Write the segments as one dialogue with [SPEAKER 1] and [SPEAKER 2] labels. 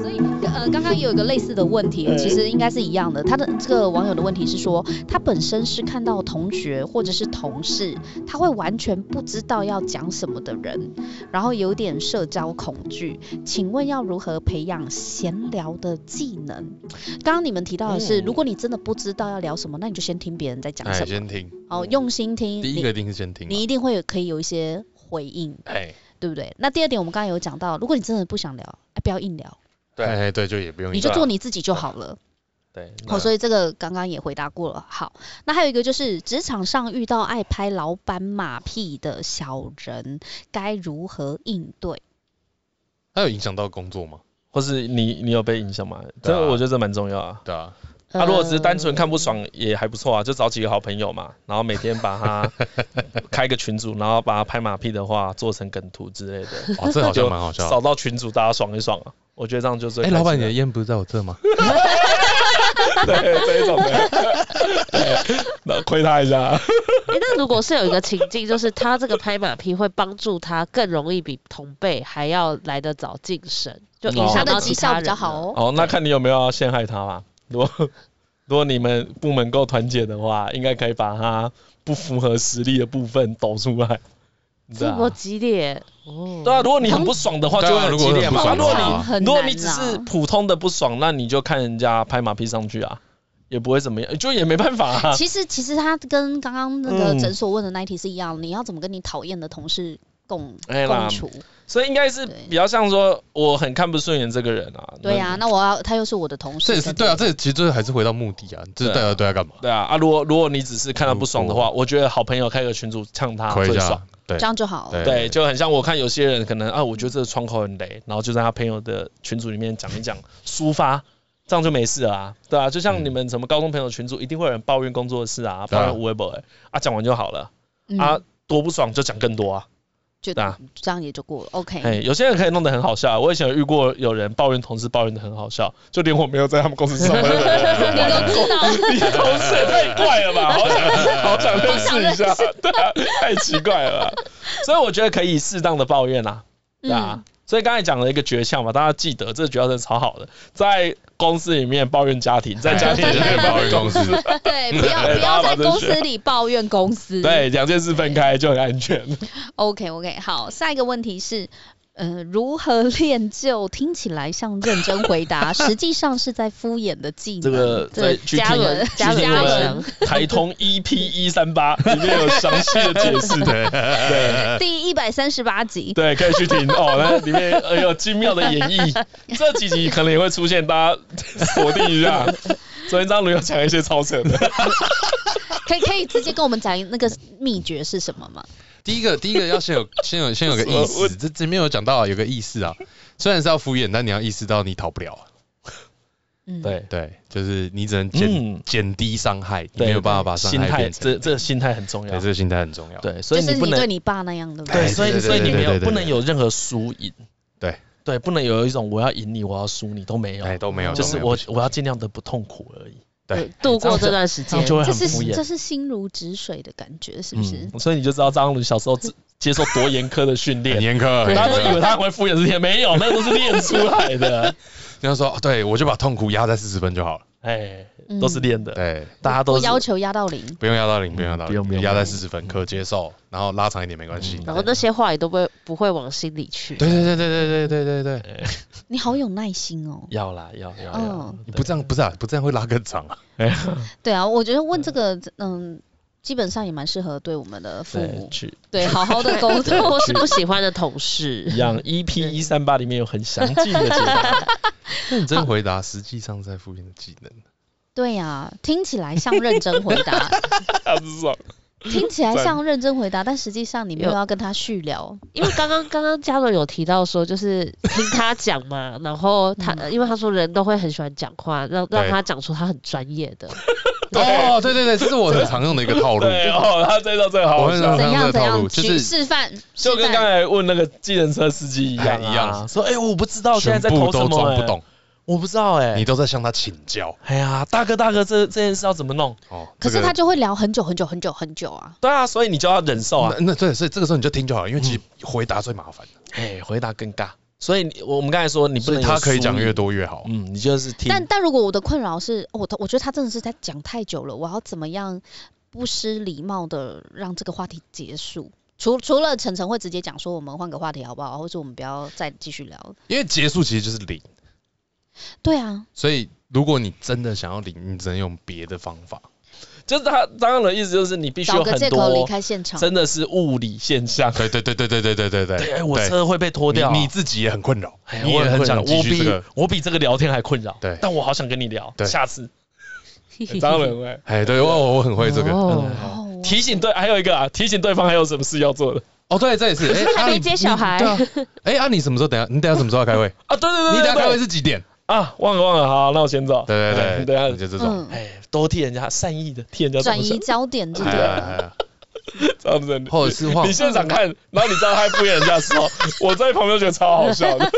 [SPEAKER 1] 所以呃，刚刚也有一个类似的问题哦，
[SPEAKER 2] 嗯
[SPEAKER 1] 其实应该是一样的。他的这个网友的问题是说，他本身是看到同学或者是同事，他会完全不知道要讲什么的人，然后有点社交恐惧。请问要如何培养闲聊的技能？刚刚你们提到的是，
[SPEAKER 2] 嗯
[SPEAKER 1] 如果你真的不知道要聊什么，那你就先听别人在讲
[SPEAKER 2] 哎，
[SPEAKER 1] 什么，
[SPEAKER 2] 先听，
[SPEAKER 1] 哦，用心听。
[SPEAKER 2] 第一个一定是先听嘛。啊
[SPEAKER 1] 你，你一定会有可以有一些回应，
[SPEAKER 2] 哎，
[SPEAKER 1] 对不对？那第二点，我们刚才有讲到，如果你真的不想聊，哎不要硬聊。
[SPEAKER 3] 对
[SPEAKER 2] 哎对，就也不用
[SPEAKER 1] 你
[SPEAKER 2] 硬
[SPEAKER 1] 就
[SPEAKER 2] 聊。
[SPEAKER 1] 做你自己就好了。
[SPEAKER 3] 对，啊
[SPEAKER 1] 好、
[SPEAKER 3] 那
[SPEAKER 1] 哦所以这个刚刚也回答过了。好，那还有一个就是职场上遇到爱拍老板马屁的小人，该如何应对？
[SPEAKER 2] 它有影响到工作吗？
[SPEAKER 3] 或是你你有被影响吗？这、
[SPEAKER 2] 对啊
[SPEAKER 3] 我觉得这蛮重要啊。
[SPEAKER 2] 对啊，
[SPEAKER 3] 他、如果只是单纯
[SPEAKER 1] 呃
[SPEAKER 3] 看不爽也还不错啊，就找几个好朋友嘛，然后每天把 他开个群组，然后把他拍马屁的话做成梗图之类的，
[SPEAKER 2] 哦，这好像
[SPEAKER 3] 就
[SPEAKER 2] 蛮好笑的。
[SPEAKER 3] 扫到群组大家爽一爽啊。我觉得这样就最
[SPEAKER 2] 哎，
[SPEAKER 3] 开心
[SPEAKER 2] 老板，你
[SPEAKER 3] 了
[SPEAKER 2] 的烟不是在我 这吗？
[SPEAKER 3] 对这一种 的，对那亏他一下。
[SPEAKER 4] 哎、那如果是有一个情境，就是他这个拍马屁会帮助他更容易比同辈还要来得早晋升，就影
[SPEAKER 3] 哦
[SPEAKER 1] 他
[SPEAKER 4] 响
[SPEAKER 1] 的
[SPEAKER 4] 到
[SPEAKER 1] 绩
[SPEAKER 4] 其
[SPEAKER 1] 效
[SPEAKER 4] 他
[SPEAKER 1] 比
[SPEAKER 4] 人
[SPEAKER 1] 较
[SPEAKER 4] 啊
[SPEAKER 1] 好
[SPEAKER 4] 了。
[SPEAKER 1] 哦。
[SPEAKER 3] 哦，那看你有没有要陷害他吧。如果如果你们部门够团结的话，应该可以把他不符合实力的部分抖出来。你知
[SPEAKER 4] 这
[SPEAKER 3] 道
[SPEAKER 4] 么
[SPEAKER 3] 吗
[SPEAKER 4] 激烈哦。
[SPEAKER 3] 啊对啊，如果你很不爽的话，
[SPEAKER 2] 对
[SPEAKER 3] 就
[SPEAKER 2] 啊
[SPEAKER 3] 会很激烈嘛。
[SPEAKER 2] 如
[SPEAKER 3] 啊如
[SPEAKER 2] 果
[SPEAKER 3] 果
[SPEAKER 2] 很不爽的话
[SPEAKER 3] 你
[SPEAKER 2] 啊
[SPEAKER 1] 很
[SPEAKER 3] 如果
[SPEAKER 1] 难
[SPEAKER 3] 你只
[SPEAKER 1] 啦
[SPEAKER 3] 是普通的不爽，那你就看人家拍马屁上去啊，也不会怎么样，就也没办法 啊。
[SPEAKER 1] 其实其实他跟刚刚那个
[SPEAKER 3] 嗯
[SPEAKER 1] 诊所问的那一题是一样的，你要怎么跟你讨厌的同事共
[SPEAKER 3] 哎
[SPEAKER 1] 共
[SPEAKER 3] 啦，
[SPEAKER 1] 处？
[SPEAKER 3] 所以应该是
[SPEAKER 1] 对
[SPEAKER 3] 比较像说，我很看不顺眼这个人啊。
[SPEAKER 1] 对啊，那我要他又是我的同事，
[SPEAKER 2] 这也是对啊，这其实最后还是回到目的啊，就是
[SPEAKER 3] 对
[SPEAKER 2] 大家
[SPEAKER 3] 啊
[SPEAKER 2] 对他干嘛？
[SPEAKER 3] 对啊，啊，如果如果你只是看他不爽的
[SPEAKER 2] 如
[SPEAKER 3] 话，我觉得好朋友开个群组呛他
[SPEAKER 2] 亏
[SPEAKER 3] 啊
[SPEAKER 2] 一
[SPEAKER 3] 最爽
[SPEAKER 2] 下。，对
[SPEAKER 1] 这样就好了。
[SPEAKER 3] 对，就很像我看有些人可能啊，我觉得这个窗口很雷，然后就在他朋友的群组里面讲一讲，抒发，这样就没事了啊，对啊，就像你们什么高中朋友群组，一定会有人抱怨工作的事啊，
[SPEAKER 2] 对
[SPEAKER 3] 抱
[SPEAKER 2] 啊
[SPEAKER 3] 怨无微不微啊，讲完就好了
[SPEAKER 1] 嗯
[SPEAKER 3] 啊，，多不爽就讲更多啊，
[SPEAKER 1] 就
[SPEAKER 3] 对啊
[SPEAKER 1] 这样也就过了。
[SPEAKER 3] 哎，
[SPEAKER 1] OK，
[SPEAKER 3] 有些人可以弄得很好笑，我以前有遇过有人抱怨同事抱怨的很好笑，就连我没有在他们公司上班的人，
[SPEAKER 1] 你都知道。
[SPEAKER 3] 你的同事也太怪了 吧，好想好想认识一下，对啊，太奇怪了吧，所以我觉得可以适当的抱怨啊。对
[SPEAKER 1] 嗯
[SPEAKER 3] 啊，所以刚才讲了一个诀窍嘛，大家记得这个诀窍真的超好的，在公司里面抱怨家庭，在家庭里面抱
[SPEAKER 2] 保
[SPEAKER 3] 怨
[SPEAKER 2] 公
[SPEAKER 3] 公
[SPEAKER 2] 司
[SPEAKER 3] 司，
[SPEAKER 1] 对，不要不要在公司里抱怨公司。
[SPEAKER 3] 对，两件事分开就很安全。
[SPEAKER 1] ，OK OK，好，下一个问题是。呃，如何练就听起来像认真回答，实际上是在敷衍的技能？
[SPEAKER 3] 这个
[SPEAKER 1] 嗯对
[SPEAKER 3] 在去
[SPEAKER 4] 嘉
[SPEAKER 3] 听
[SPEAKER 4] 伦，嘉
[SPEAKER 3] 去
[SPEAKER 4] 伦
[SPEAKER 3] 听
[SPEAKER 1] 嘉
[SPEAKER 3] 我
[SPEAKER 1] 伦
[SPEAKER 3] 们 哎台通 EP 一三八里面有详细的解释，对对
[SPEAKER 1] 第一百三十八集。
[SPEAKER 3] 对，可以去听哦，那里面呃有精妙的演绎，这几集可能也会出现，大家锁定一下。昨天张伦有讲一些超扯的，
[SPEAKER 1] 可以可以直接跟我们讲那个秘诀是什么吗？
[SPEAKER 2] 第一个，第一个要先有先有先有个意
[SPEAKER 3] 我我
[SPEAKER 2] 识，这前面有讲到啊有个意识啊，虽然是要敷衍，但你要意识到你逃不了啊。
[SPEAKER 1] 嗯，，
[SPEAKER 3] 对。
[SPEAKER 2] 对，就是你只能减
[SPEAKER 3] 嗯
[SPEAKER 2] 减低伤害，你
[SPEAKER 3] 对
[SPEAKER 2] 没有办法把伤
[SPEAKER 3] 心
[SPEAKER 2] 害
[SPEAKER 3] 态，
[SPEAKER 2] 变成
[SPEAKER 3] 这这个心态很重
[SPEAKER 2] 对
[SPEAKER 3] 要
[SPEAKER 2] 这。个心态很重要。
[SPEAKER 3] 对，所
[SPEAKER 1] 就
[SPEAKER 3] 以你
[SPEAKER 1] 是
[SPEAKER 3] 不
[SPEAKER 1] 你对
[SPEAKER 3] 能
[SPEAKER 1] 你爸那样的吧。
[SPEAKER 3] 对，
[SPEAKER 2] 哎
[SPEAKER 3] 所以
[SPEAKER 2] 对对
[SPEAKER 3] 所以
[SPEAKER 2] 对
[SPEAKER 3] 你没
[SPEAKER 2] 对对
[SPEAKER 3] 有
[SPEAKER 2] 对
[SPEAKER 3] 不能有任何输赢。
[SPEAKER 2] 对
[SPEAKER 3] 对，不能有一种我要赢你，我要输你都没有
[SPEAKER 2] 哎，，都没有，
[SPEAKER 3] 就
[SPEAKER 2] 都
[SPEAKER 3] 是
[SPEAKER 2] 没有
[SPEAKER 3] 我
[SPEAKER 2] 不行
[SPEAKER 3] 我要尽量的不痛苦而已，
[SPEAKER 2] 对，
[SPEAKER 4] 度过这段时
[SPEAKER 3] 这
[SPEAKER 4] 间
[SPEAKER 3] 样就，会
[SPEAKER 1] 这
[SPEAKER 3] 很
[SPEAKER 1] 是
[SPEAKER 3] 敷
[SPEAKER 1] 这
[SPEAKER 3] 衍。
[SPEAKER 1] 是心如止水的感觉，是不是？
[SPEAKER 3] 所以你就知道张伦小时候只接受多严苛的训
[SPEAKER 2] 很
[SPEAKER 3] 练。
[SPEAKER 2] 严苛。很
[SPEAKER 3] 大家都
[SPEAKER 2] 严苛
[SPEAKER 3] 以为他很会敷衍之前没有，那都是练出来的。
[SPEAKER 2] 然后说，哦对我就把痛苦压在四十分就好了。
[SPEAKER 3] 哎，
[SPEAKER 1] 嗯
[SPEAKER 3] 都是练的，
[SPEAKER 2] 对，
[SPEAKER 3] 大家都
[SPEAKER 1] 我
[SPEAKER 3] 是
[SPEAKER 1] 要求压到零，
[SPEAKER 2] 不用压到零，不用压到
[SPEAKER 3] 不用不
[SPEAKER 2] 零，
[SPEAKER 3] 用嗯
[SPEAKER 2] 压在四十分可接受，然后拉长一点没关系。
[SPEAKER 4] 然后那些话也都不会不会往心里去。
[SPEAKER 2] 对对对对对对对对对，
[SPEAKER 1] 你好有耐心哦。
[SPEAKER 3] 要啦，要要要
[SPEAKER 1] 嗯，
[SPEAKER 2] 你不这样不是啊，不这样会拉更长啊。
[SPEAKER 1] 对啊，我觉得问这个，嗯，基本上也蛮适合对我们的父
[SPEAKER 3] 对
[SPEAKER 1] 母
[SPEAKER 3] 去
[SPEAKER 1] 对好好的 沟通。
[SPEAKER 4] 或是不喜欢的同
[SPEAKER 3] 一
[SPEAKER 4] 事，
[SPEAKER 3] 样。EP 一三八里面有很详尽的解答。嗯
[SPEAKER 2] 认真回答，实际上在敷衍的技能。
[SPEAKER 1] 对呀、听起来像认真回答，
[SPEAKER 3] 他是说
[SPEAKER 1] 听起来像认真回答，但实际上你没有要跟他续聊。
[SPEAKER 4] 因为刚刚刚刚嘉伦有提到说，就是听他讲
[SPEAKER 1] 嗯
[SPEAKER 4] 嘛，然后他、因为他说人都会很喜欢讲话，让让
[SPEAKER 2] 对
[SPEAKER 4] 他讲出他很专业的，
[SPEAKER 2] 哦，对对对，这是我很常用的一个套路。
[SPEAKER 3] 对哦，他这招真的好
[SPEAKER 2] 我
[SPEAKER 3] 好
[SPEAKER 2] 很常
[SPEAKER 3] 笑，
[SPEAKER 1] 怎
[SPEAKER 2] 用
[SPEAKER 1] 样
[SPEAKER 2] 这个
[SPEAKER 1] 怎
[SPEAKER 2] 套路，
[SPEAKER 1] 样？
[SPEAKER 2] 就
[SPEAKER 1] 举
[SPEAKER 2] 是
[SPEAKER 1] 示范，示
[SPEAKER 3] 就跟
[SPEAKER 1] 范
[SPEAKER 3] 刚才问那个计程车司机一样
[SPEAKER 2] 哎一
[SPEAKER 3] 啊，
[SPEAKER 2] 样
[SPEAKER 3] 说哎、我不知道现在
[SPEAKER 2] 全
[SPEAKER 3] 在投
[SPEAKER 2] 部
[SPEAKER 3] 什
[SPEAKER 2] 都
[SPEAKER 3] 么、
[SPEAKER 2] 装
[SPEAKER 3] 欸，
[SPEAKER 2] 不懂，
[SPEAKER 3] 我不知道哎、
[SPEAKER 2] 你都在向他请教。
[SPEAKER 3] 哎呀，大哥大哥，这这件事要怎么弄？
[SPEAKER 2] 哦，
[SPEAKER 1] 可是
[SPEAKER 2] 这个
[SPEAKER 1] 他就会聊很久很久很久很久啊。
[SPEAKER 3] 对啊，所以你就要忍受啊
[SPEAKER 2] 那，那对，所以这个时候你就听就好了，因为其实回答最麻烦的，
[SPEAKER 3] 哎、回答更尬。所以你我们刚才说，你不
[SPEAKER 2] 所
[SPEAKER 3] 能
[SPEAKER 2] 以他
[SPEAKER 3] 有
[SPEAKER 2] 可以
[SPEAKER 3] 疏
[SPEAKER 2] 讲
[SPEAKER 3] 离
[SPEAKER 2] 越，多越好。
[SPEAKER 3] 嗯，你就是听，
[SPEAKER 1] 但但如果我的困扰是，哦我我觉得他真的是在讲太久了，我要怎么样不失礼貌的让这个话题结束？除除了晨晨会直接讲说我们换个话题好不好，或者我们不要再继续聊。
[SPEAKER 2] 因为结束其实就是零，
[SPEAKER 1] 对啊，
[SPEAKER 2] 所以如果你真的想要零，你只能用别的方法。
[SPEAKER 3] 就是他刚刚的意思就是你必须
[SPEAKER 1] 找
[SPEAKER 3] 有
[SPEAKER 1] 个
[SPEAKER 3] 很
[SPEAKER 1] 借口离
[SPEAKER 3] 多
[SPEAKER 1] 开现场。
[SPEAKER 3] 真的是物理现象，
[SPEAKER 2] 对对对对对对对对对。
[SPEAKER 3] 对，哎我车会被拖掉啊，
[SPEAKER 2] 你你自己也很困扰
[SPEAKER 3] 哎，
[SPEAKER 2] 你也
[SPEAKER 3] 我
[SPEAKER 2] 很
[SPEAKER 3] 困扰
[SPEAKER 2] 想继
[SPEAKER 3] 我
[SPEAKER 2] 续这
[SPEAKER 3] 比
[SPEAKER 2] 个。
[SPEAKER 3] 我比这个聊天还困扰，
[SPEAKER 2] 对
[SPEAKER 3] 但我好想跟你聊，
[SPEAKER 2] 对
[SPEAKER 3] 下次当然会
[SPEAKER 2] 哎，对我我我很会这个。
[SPEAKER 4] 哦
[SPEAKER 1] 哦
[SPEAKER 3] 提醒对，还有一个啊，提醒对方还有什么事要做的
[SPEAKER 2] 哦，对，这也是。哎，
[SPEAKER 4] 还
[SPEAKER 2] 啊
[SPEAKER 4] 没
[SPEAKER 2] 你
[SPEAKER 4] 接
[SPEAKER 2] 你
[SPEAKER 4] 小孩
[SPEAKER 2] 对啊哎，啊，你什么时候等下？你等下什么时候要开会？
[SPEAKER 3] 啊，对 对对
[SPEAKER 2] 你等下
[SPEAKER 3] 对
[SPEAKER 2] 开
[SPEAKER 3] 对
[SPEAKER 2] 会是几点？
[SPEAKER 3] 啊，忘了忘了，好，那我先走，
[SPEAKER 2] 对对对，
[SPEAKER 3] 哎
[SPEAKER 2] 你
[SPEAKER 3] 等下，
[SPEAKER 2] 就这种。
[SPEAKER 1] 嗯，
[SPEAKER 3] 哎，多替人家善意的替人家着
[SPEAKER 1] 转移
[SPEAKER 3] 想，
[SPEAKER 1] 焦点这
[SPEAKER 2] 哎
[SPEAKER 1] 个。
[SPEAKER 2] 哎哎
[SPEAKER 3] 这样子，
[SPEAKER 2] 或者是话
[SPEAKER 3] 你现场看，然后你知道他敷衍人家的时候，我在旁边觉得超好 笑的。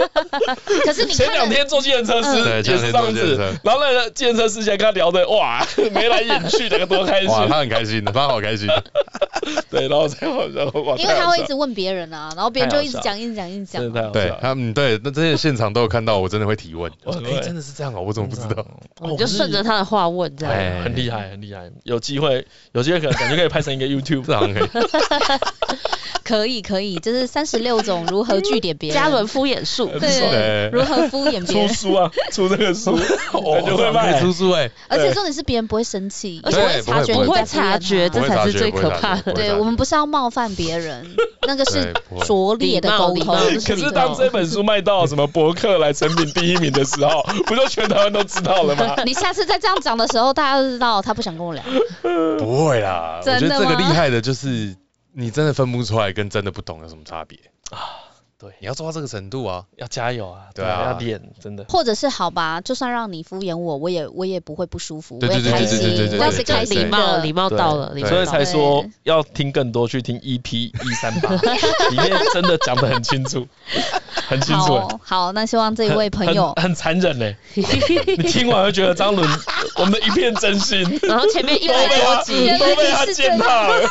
[SPEAKER 1] 可是你
[SPEAKER 3] 前
[SPEAKER 1] 看了
[SPEAKER 3] 两天坐计程车司
[SPEAKER 2] 对
[SPEAKER 3] 也是这样
[SPEAKER 2] 前两天坐计程
[SPEAKER 3] 子
[SPEAKER 2] 车，
[SPEAKER 3] 然后那个计程车司机还跟他聊的，哇，眉来眼去的，多开心。
[SPEAKER 2] 哇，他很开心的，他好开心。
[SPEAKER 3] 对，然后我才好笑，哇，
[SPEAKER 1] 因为他会一
[SPEAKER 3] 太好笑
[SPEAKER 1] 直问别人啊，然后别人就一直讲，一直讲，一直讲
[SPEAKER 3] 真。的太好
[SPEAKER 2] 对
[SPEAKER 3] 笑了。
[SPEAKER 2] 他，嗯，对，那这些现场都有看到，我真的会提问。
[SPEAKER 3] 我
[SPEAKER 2] 我
[SPEAKER 3] 很
[SPEAKER 2] 说哎
[SPEAKER 3] 会哦
[SPEAKER 2] 真的是这样啊，我怎么不知道？
[SPEAKER 4] 你就顺着他的话问这样。
[SPEAKER 3] 哎，很厉害，很厉害。有机会，有机会可能感觉可以拍成一个 YouTube
[SPEAKER 2] 这。好哎像
[SPEAKER 1] 可
[SPEAKER 2] 可以。
[SPEAKER 1] 以可以，这是三十六种如何据点别人，呃
[SPEAKER 4] 嘉伦敷衍术，
[SPEAKER 1] 对
[SPEAKER 2] 对
[SPEAKER 1] 如何敷衍别
[SPEAKER 3] 出
[SPEAKER 1] 人，
[SPEAKER 3] 书啊，出这个 书，感觉哦会
[SPEAKER 2] 可
[SPEAKER 3] 卖
[SPEAKER 2] 以。出书哎，
[SPEAKER 1] 而且重点是别人不会生气，
[SPEAKER 4] 而且
[SPEAKER 2] 对
[SPEAKER 1] 察觉
[SPEAKER 2] 不
[SPEAKER 1] 你
[SPEAKER 2] 会
[SPEAKER 4] 不会
[SPEAKER 1] 在敷衍他
[SPEAKER 4] 察觉
[SPEAKER 2] 不
[SPEAKER 4] 这
[SPEAKER 2] 会
[SPEAKER 4] 才
[SPEAKER 2] 察
[SPEAKER 4] 是
[SPEAKER 2] 觉
[SPEAKER 4] 最
[SPEAKER 2] 不会
[SPEAKER 4] 可
[SPEAKER 2] 察觉
[SPEAKER 4] 怕
[SPEAKER 2] 不会
[SPEAKER 1] 对
[SPEAKER 2] 察觉
[SPEAKER 1] 我们不是要冒犯别人，那个是
[SPEAKER 2] 对不会
[SPEAKER 1] 拙劣的沟
[SPEAKER 4] 礼
[SPEAKER 1] 通
[SPEAKER 4] 貌礼。貌
[SPEAKER 3] 啊可是当这本书卖到什么博客来成品第一名的时候，不就全台湾都知道了吗？
[SPEAKER 1] 你下次再这样讲的时候，大家就知道他不想跟我聊。
[SPEAKER 2] 不会啦，我觉
[SPEAKER 1] 真的
[SPEAKER 2] 得这个
[SPEAKER 1] 吗
[SPEAKER 2] 厉害的就是你真的分不出来跟真的不懂有什么差别。
[SPEAKER 3] 对，
[SPEAKER 2] 你要做到这个程度啊，
[SPEAKER 3] 要加油啊！
[SPEAKER 2] 对啊
[SPEAKER 3] 要练，真的。
[SPEAKER 1] 或者是好吧，就算让你敷衍我，我也我也不会不舒服，我
[SPEAKER 2] 对对
[SPEAKER 1] 也
[SPEAKER 2] 对
[SPEAKER 1] 开
[SPEAKER 3] 对对对
[SPEAKER 1] 心，
[SPEAKER 3] 对对
[SPEAKER 1] 我也是
[SPEAKER 2] 对
[SPEAKER 1] 开
[SPEAKER 2] 对
[SPEAKER 4] 礼
[SPEAKER 1] 心
[SPEAKER 4] 貌
[SPEAKER 1] 的。
[SPEAKER 4] 礼貌到了，礼貌
[SPEAKER 3] 所以
[SPEAKER 4] 到
[SPEAKER 3] 才
[SPEAKER 4] 了。
[SPEAKER 3] 说
[SPEAKER 1] 对
[SPEAKER 3] 要听更多，去听 EP 一三八，里面真的讲的很清楚，很清楚、欸。
[SPEAKER 1] 好好，那希望这一位朋友
[SPEAKER 3] 很很残忍嘞、你听完会觉得张伦，我们的一片真心，
[SPEAKER 4] 然后前面一
[SPEAKER 3] 都
[SPEAKER 4] 百
[SPEAKER 3] 被
[SPEAKER 4] 多
[SPEAKER 3] 他
[SPEAKER 4] 集，
[SPEAKER 3] 都被他践踏了。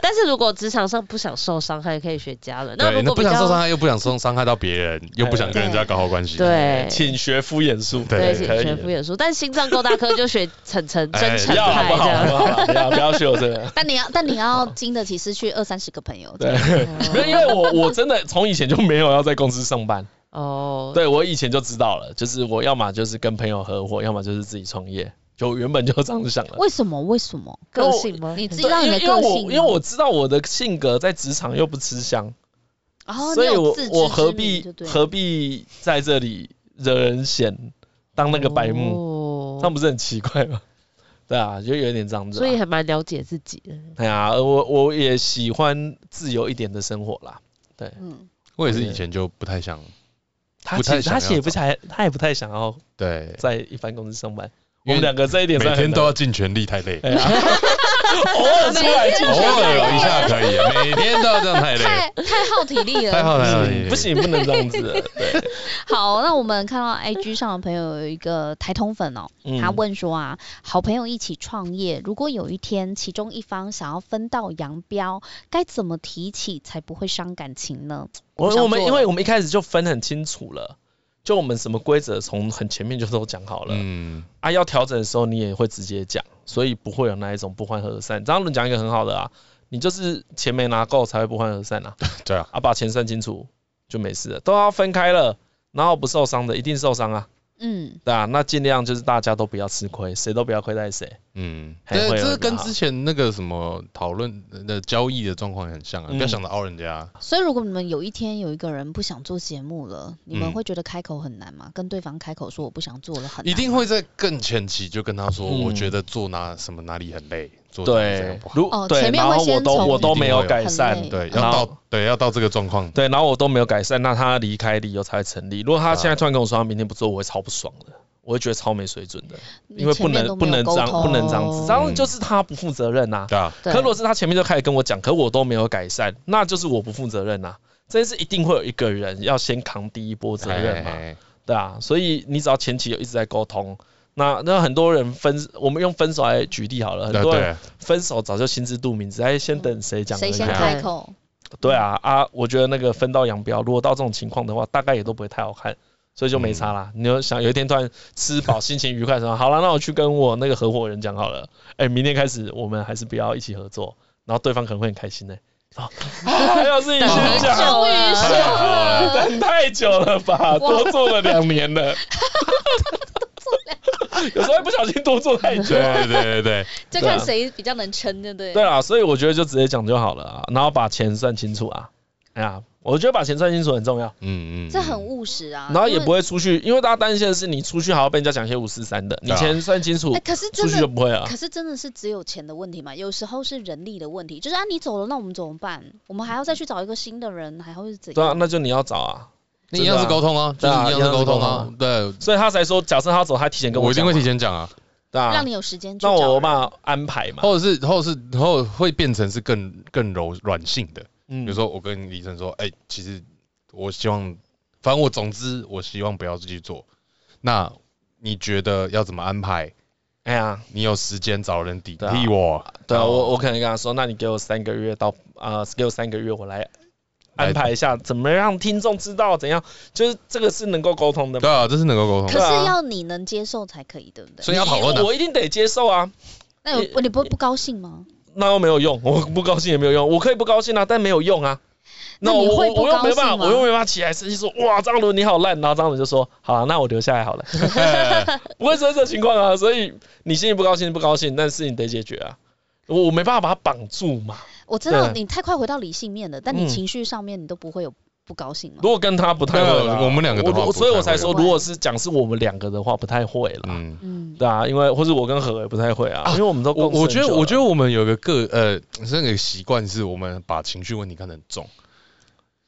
[SPEAKER 4] 但是如果职场上不想受伤害，可以学家人。那
[SPEAKER 2] 对，
[SPEAKER 4] 如
[SPEAKER 2] 那
[SPEAKER 4] 果
[SPEAKER 2] 不
[SPEAKER 4] 比
[SPEAKER 2] 想受伤
[SPEAKER 4] 较
[SPEAKER 2] 害，又不想伤伤害到别人，又不想跟人家搞好关系。
[SPEAKER 4] 对，
[SPEAKER 3] 请学敷衍术，
[SPEAKER 2] 对
[SPEAKER 4] 对，
[SPEAKER 2] 请
[SPEAKER 3] 可以
[SPEAKER 4] 学敷衍术，但心脏够大颗就学晨晨
[SPEAKER 2] 哎
[SPEAKER 4] 真
[SPEAKER 3] 不
[SPEAKER 4] 诚
[SPEAKER 3] 要好
[SPEAKER 4] 派
[SPEAKER 3] 不
[SPEAKER 4] 这
[SPEAKER 3] 好？
[SPEAKER 4] 样。
[SPEAKER 3] 不要不要不要学我这个。
[SPEAKER 1] 但你要，但你要经得起失去二三十个朋友。
[SPEAKER 3] 对， 没有，因为我我真的从以前就没有要在公司上班，
[SPEAKER 4] 哦，
[SPEAKER 3] 对我以前就知道了，就是我要么就是跟朋友合伙，要么就是自己创业，就原本就这样子想的。
[SPEAKER 1] 为什么？为什么？
[SPEAKER 4] 个性吗？
[SPEAKER 1] 你自己
[SPEAKER 3] 对
[SPEAKER 1] 让你的
[SPEAKER 3] 因为
[SPEAKER 1] 个
[SPEAKER 3] 因为我
[SPEAKER 1] 性啊吗，
[SPEAKER 3] 因为我知道我的性格在职场又不吃香，
[SPEAKER 1] 然
[SPEAKER 4] 哦
[SPEAKER 1] 后
[SPEAKER 3] 所以我我何
[SPEAKER 1] 何
[SPEAKER 3] 必何必在这里惹人嫌，当那个白
[SPEAKER 1] 哦
[SPEAKER 3] 目，
[SPEAKER 4] 目
[SPEAKER 3] 那、不是很奇怪吗？对啊，就有点这样子啊。
[SPEAKER 4] 哦所以还蛮了解自己的。
[SPEAKER 3] 哎呀，呃我我也喜欢自由一点的生活啦。对，
[SPEAKER 1] 嗯，
[SPEAKER 2] 我也是以前就不太想，
[SPEAKER 3] 他
[SPEAKER 2] 不
[SPEAKER 3] 其
[SPEAKER 2] 太
[SPEAKER 3] 实
[SPEAKER 2] 想
[SPEAKER 3] 他
[SPEAKER 2] 要
[SPEAKER 3] 也不太他也不太想要
[SPEAKER 2] 对，
[SPEAKER 3] 在一般公司上班。我
[SPEAKER 2] 因
[SPEAKER 3] 们
[SPEAKER 2] 为
[SPEAKER 3] 两个这一点
[SPEAKER 2] 每
[SPEAKER 3] 上
[SPEAKER 2] 天都要尽全力，太累。
[SPEAKER 3] 哎呀 偶尔出来进
[SPEAKER 2] 偶尔一下可以，啊每天都要这样太累，嗯
[SPEAKER 1] 太太耗体力
[SPEAKER 2] 太
[SPEAKER 1] 了。
[SPEAKER 2] 好了，
[SPEAKER 3] 去， 不行不能这样子的。对，
[SPEAKER 1] 好，那我们看到 IG 上的朋友有一个台通粉哦，
[SPEAKER 3] 嗯
[SPEAKER 1] 他问说啊，好朋友一起创业，如果有一天其中一方想要分道扬镳，该怎么提起才不会伤感情呢？
[SPEAKER 3] 我
[SPEAKER 1] 想
[SPEAKER 3] 我们
[SPEAKER 1] 做
[SPEAKER 3] 因
[SPEAKER 1] 了
[SPEAKER 3] 为我们一开始就分很清楚了，就我们什么规则从很前面就都讲好了、
[SPEAKER 2] 嗯，
[SPEAKER 3] 啊，要调整的时候你也会直接讲，所以不会有那一种不欢而散。张伦讲一个很好的啊，你就是钱没拿够才会不欢而散啊，
[SPEAKER 2] 对啊，
[SPEAKER 3] 啊把钱算清楚就没事了，都要分开了，然后不受伤的一定受伤啊，
[SPEAKER 1] 嗯，
[SPEAKER 3] 对啊，那尽量就是大家都不要吃亏，谁都不要亏待谁。
[SPEAKER 2] 嗯，
[SPEAKER 3] 还
[SPEAKER 2] 对，
[SPEAKER 3] 会有
[SPEAKER 2] 这
[SPEAKER 3] 人
[SPEAKER 2] 是跟
[SPEAKER 3] 好
[SPEAKER 2] 之前那个什么讨论的交易的状况很像啊，
[SPEAKER 3] 嗯
[SPEAKER 2] 不要想着凹人家，
[SPEAKER 1] 所以如果你们有一天有一个人不想做节目了，你们
[SPEAKER 2] 嗯
[SPEAKER 1] 会觉得开口很难吗？跟对方开口说我不想做了很难吗，
[SPEAKER 2] 一定会在更前期就跟他说，
[SPEAKER 3] 嗯
[SPEAKER 2] 我觉得做哪什么哪里很累，做哪里这样
[SPEAKER 3] 对
[SPEAKER 2] 不，好，
[SPEAKER 3] 如
[SPEAKER 1] 哦
[SPEAKER 3] 对，
[SPEAKER 1] 前面
[SPEAKER 3] 然
[SPEAKER 1] 会
[SPEAKER 3] 后我
[SPEAKER 1] 先
[SPEAKER 3] 都
[SPEAKER 1] 从
[SPEAKER 3] 我都没有改
[SPEAKER 1] 很累
[SPEAKER 3] 善，
[SPEAKER 2] 对，要
[SPEAKER 3] 然后
[SPEAKER 2] 到对要到这个状况，
[SPEAKER 3] 对，
[SPEAKER 2] 啊
[SPEAKER 3] 然后我都没有改善，那他离开理由才会成立。如果他现在突然跟我说他明天不做，我会超不爽的，我会觉得超没水准的，
[SPEAKER 5] 你
[SPEAKER 3] 因为
[SPEAKER 5] 前
[SPEAKER 3] 不
[SPEAKER 5] 面
[SPEAKER 3] 能
[SPEAKER 5] 都
[SPEAKER 3] 不
[SPEAKER 5] 没有
[SPEAKER 3] 能
[SPEAKER 5] 沟
[SPEAKER 3] 这样不能这样
[SPEAKER 1] 哦
[SPEAKER 3] 子，
[SPEAKER 5] 通
[SPEAKER 3] 这样就是他不负责任呐、
[SPEAKER 2] 对啊，
[SPEAKER 3] 可
[SPEAKER 4] 对
[SPEAKER 3] 如果是他前面就开始跟我讲，可我都没有改善，那就是我不负责任呐、啊这件事一定会有一个人要先扛第一波责任嘛，
[SPEAKER 2] 哎
[SPEAKER 3] 对啊，所以你只要前期有一直在沟通，那那很多人分，我们用分手来举例好了，很
[SPEAKER 2] 对
[SPEAKER 3] 多人
[SPEAKER 2] 对，
[SPEAKER 3] 分手早就心知肚明，只在先等谁讲而
[SPEAKER 5] 谁
[SPEAKER 3] 已
[SPEAKER 5] 先
[SPEAKER 1] 嗯
[SPEAKER 3] 啊。
[SPEAKER 5] 开口？
[SPEAKER 3] 对啊啊，我觉得那个分道扬镳，如果到这种情况的话，大概也都不会太好看，所以就没差啦。你要想有一天突然吃饱心情愉快的时候，好了，那我去跟我那个合伙人讲好了，哎、明天开始我们还是不要一起合作，然后对方可能会很开心呢、啊，要是你
[SPEAKER 4] 等很
[SPEAKER 3] 先
[SPEAKER 4] 久
[SPEAKER 3] 讲，
[SPEAKER 4] 了，
[SPEAKER 2] 太好了
[SPEAKER 3] 等太久了吧，多做了两年了。有时候会不小心多做太久。
[SPEAKER 2] 对对对对，
[SPEAKER 5] 就
[SPEAKER 3] 对啊
[SPEAKER 5] 看谁比较能撑，对不对？
[SPEAKER 3] 对啊啦，所以我觉得就直接讲就好了啊，然后把钱算清楚啊。哎呀，我觉得把钱算清楚很重要，
[SPEAKER 2] 嗯嗯，
[SPEAKER 5] 这很务实啊。
[SPEAKER 3] 然后也不
[SPEAKER 5] 会。
[SPEAKER 3] 会出去，因为大家担心的是你出去还要被人家讲一些五四三的，你
[SPEAKER 2] 对啊
[SPEAKER 3] 钱算清楚
[SPEAKER 5] 哎，，可是
[SPEAKER 3] 出
[SPEAKER 5] 真
[SPEAKER 3] 去就
[SPEAKER 5] 的，
[SPEAKER 3] 不会啊了。
[SPEAKER 5] 可是真的是只有钱的问题嘛？有时候是人力的问题，就是啊，你走了，那我们怎么办？我们还要再去找一个新的人，还会是怎
[SPEAKER 3] 对啊，
[SPEAKER 5] 样？
[SPEAKER 3] 那就你要找啊，
[SPEAKER 2] 那一样是沟通啊，就是一样是沟通啊，对，
[SPEAKER 3] 所以他才说，假设他走，他提前跟
[SPEAKER 2] 我一定
[SPEAKER 3] 讲嘛，
[SPEAKER 2] 会提前讲啊，
[SPEAKER 3] 对啊
[SPEAKER 5] 让，你有时间去
[SPEAKER 3] 那
[SPEAKER 5] 找人。
[SPEAKER 3] 我嘛安排嘛，
[SPEAKER 2] 或者是或者是后会变成是更更柔软性的，比
[SPEAKER 3] 嗯
[SPEAKER 2] 如说我跟李晨说，哎、其实我希望，反正我总之我希望不要继续做。那你觉得要怎么安排？
[SPEAKER 3] 哎呀，
[SPEAKER 2] 你有时间找人顶
[SPEAKER 3] 对啊
[SPEAKER 2] 替我？
[SPEAKER 3] 对啊，
[SPEAKER 2] 然后
[SPEAKER 3] 我我可能跟他说，那你给我三个月到啊、呃给我三个月，我来
[SPEAKER 2] 来
[SPEAKER 3] 安排一下，怎么让听众知道怎样，就是这个是能够沟通的嘛。
[SPEAKER 2] 对啊，这是能够沟通
[SPEAKER 5] 可
[SPEAKER 2] 的，
[SPEAKER 3] 对啊
[SPEAKER 5] 是要你能接受才可以，对不对？
[SPEAKER 2] 所啊以要讨论的。
[SPEAKER 3] 我一定得接受啊，
[SPEAKER 5] 那有你不会不高兴吗？
[SPEAKER 3] 那又没有用，我不高兴也没有用，我可以不高兴啊，但没有用啊。
[SPEAKER 5] 那
[SPEAKER 3] 我
[SPEAKER 5] 你会
[SPEAKER 3] 我
[SPEAKER 5] 不
[SPEAKER 3] 我又
[SPEAKER 5] 高
[SPEAKER 3] 没
[SPEAKER 5] 兴
[SPEAKER 3] 办法，
[SPEAKER 5] 吗
[SPEAKER 3] 我又没办法起来生气说哇张伦你好烂，然后张伦就说好、啊，那我留下来好了，不会出现这情况啊，所以你心里不高兴不高兴，但事情得解决啊，我我没办法把它绑住嘛。
[SPEAKER 5] 我知道
[SPEAKER 3] 对
[SPEAKER 5] 你太快回到理性面了，但
[SPEAKER 3] 嗯
[SPEAKER 5] 你情绪上面你都不会有不高兴吗？
[SPEAKER 3] 如果跟他不太会啦
[SPEAKER 2] 对我们两个的话
[SPEAKER 3] 我
[SPEAKER 2] 不太会
[SPEAKER 3] 所以我才说，
[SPEAKER 5] 不会
[SPEAKER 3] 如果是讲是我们两个的话，不太会啦。
[SPEAKER 2] 嗯，
[SPEAKER 5] 嗯，
[SPEAKER 3] 对啊，因为或是我跟何也不太会啊，
[SPEAKER 2] 啊
[SPEAKER 3] 因为我们都
[SPEAKER 2] 我
[SPEAKER 3] 共事
[SPEAKER 2] 我觉
[SPEAKER 3] 很
[SPEAKER 2] 得
[SPEAKER 3] 久
[SPEAKER 2] 我觉得
[SPEAKER 3] 了
[SPEAKER 2] 我们有一个个呃这个习惯是我们把情绪问题看得很重，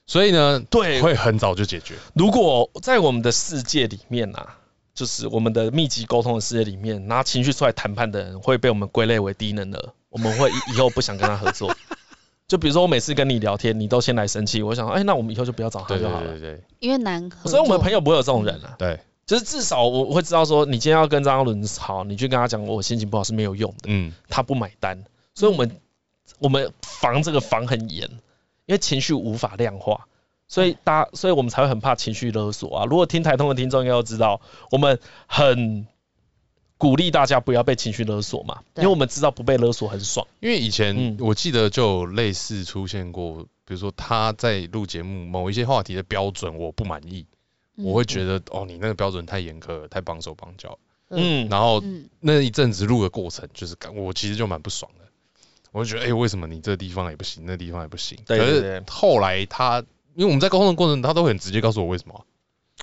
[SPEAKER 2] 所以呢
[SPEAKER 3] 对，
[SPEAKER 2] 会很早就解决。
[SPEAKER 3] 如果在我们的世界里面啊，就是我们的密集沟通的世界里面，拿情绪出来谈判的人会被我们归类为低能儿，我们会以以后不想跟他合作。 就比如说我每次跟你聊天，你都先来生气，我想，哎、那我们以后就不要找他
[SPEAKER 2] 对
[SPEAKER 3] 就
[SPEAKER 2] 对
[SPEAKER 3] 好了。
[SPEAKER 2] 对对
[SPEAKER 5] 因为难合作。
[SPEAKER 3] 所以我们的朋友不会有这种人啊，
[SPEAKER 2] 对，
[SPEAKER 3] 就是至少我我会知道说，你今天要跟张嘉伦吵，你去跟他讲我心情不好是没有用的。
[SPEAKER 2] 嗯，
[SPEAKER 3] 他不买单，所以我们、我们防这个防很严，因为情绪无法量化，所以大家所以我们才会很怕情绪勒索啊。如果听台通的听众应该都知道，我们很鼓励大家不要被情绪勒索嘛，因
[SPEAKER 4] 对
[SPEAKER 3] 为我们知道不被勒索很爽。
[SPEAKER 2] 因为以前
[SPEAKER 3] 嗯
[SPEAKER 2] 我记得就有类似出现过，比如说他在录节目某一些话题的标准我不满意，
[SPEAKER 5] 嗯
[SPEAKER 2] 我会觉得哦你那个标准太严苛了，太绑手绑脚了。
[SPEAKER 3] 嗯，
[SPEAKER 2] 然后
[SPEAKER 5] 嗯，
[SPEAKER 2] 那一阵子录的过程，就是感我其实就蛮不爽的，我就觉得哎、为什么你这地方也不行，那地方也不行？
[SPEAKER 3] 对对对
[SPEAKER 2] 可是后来他因为我们在沟通的过程，他都会很直接告诉我为什么啊，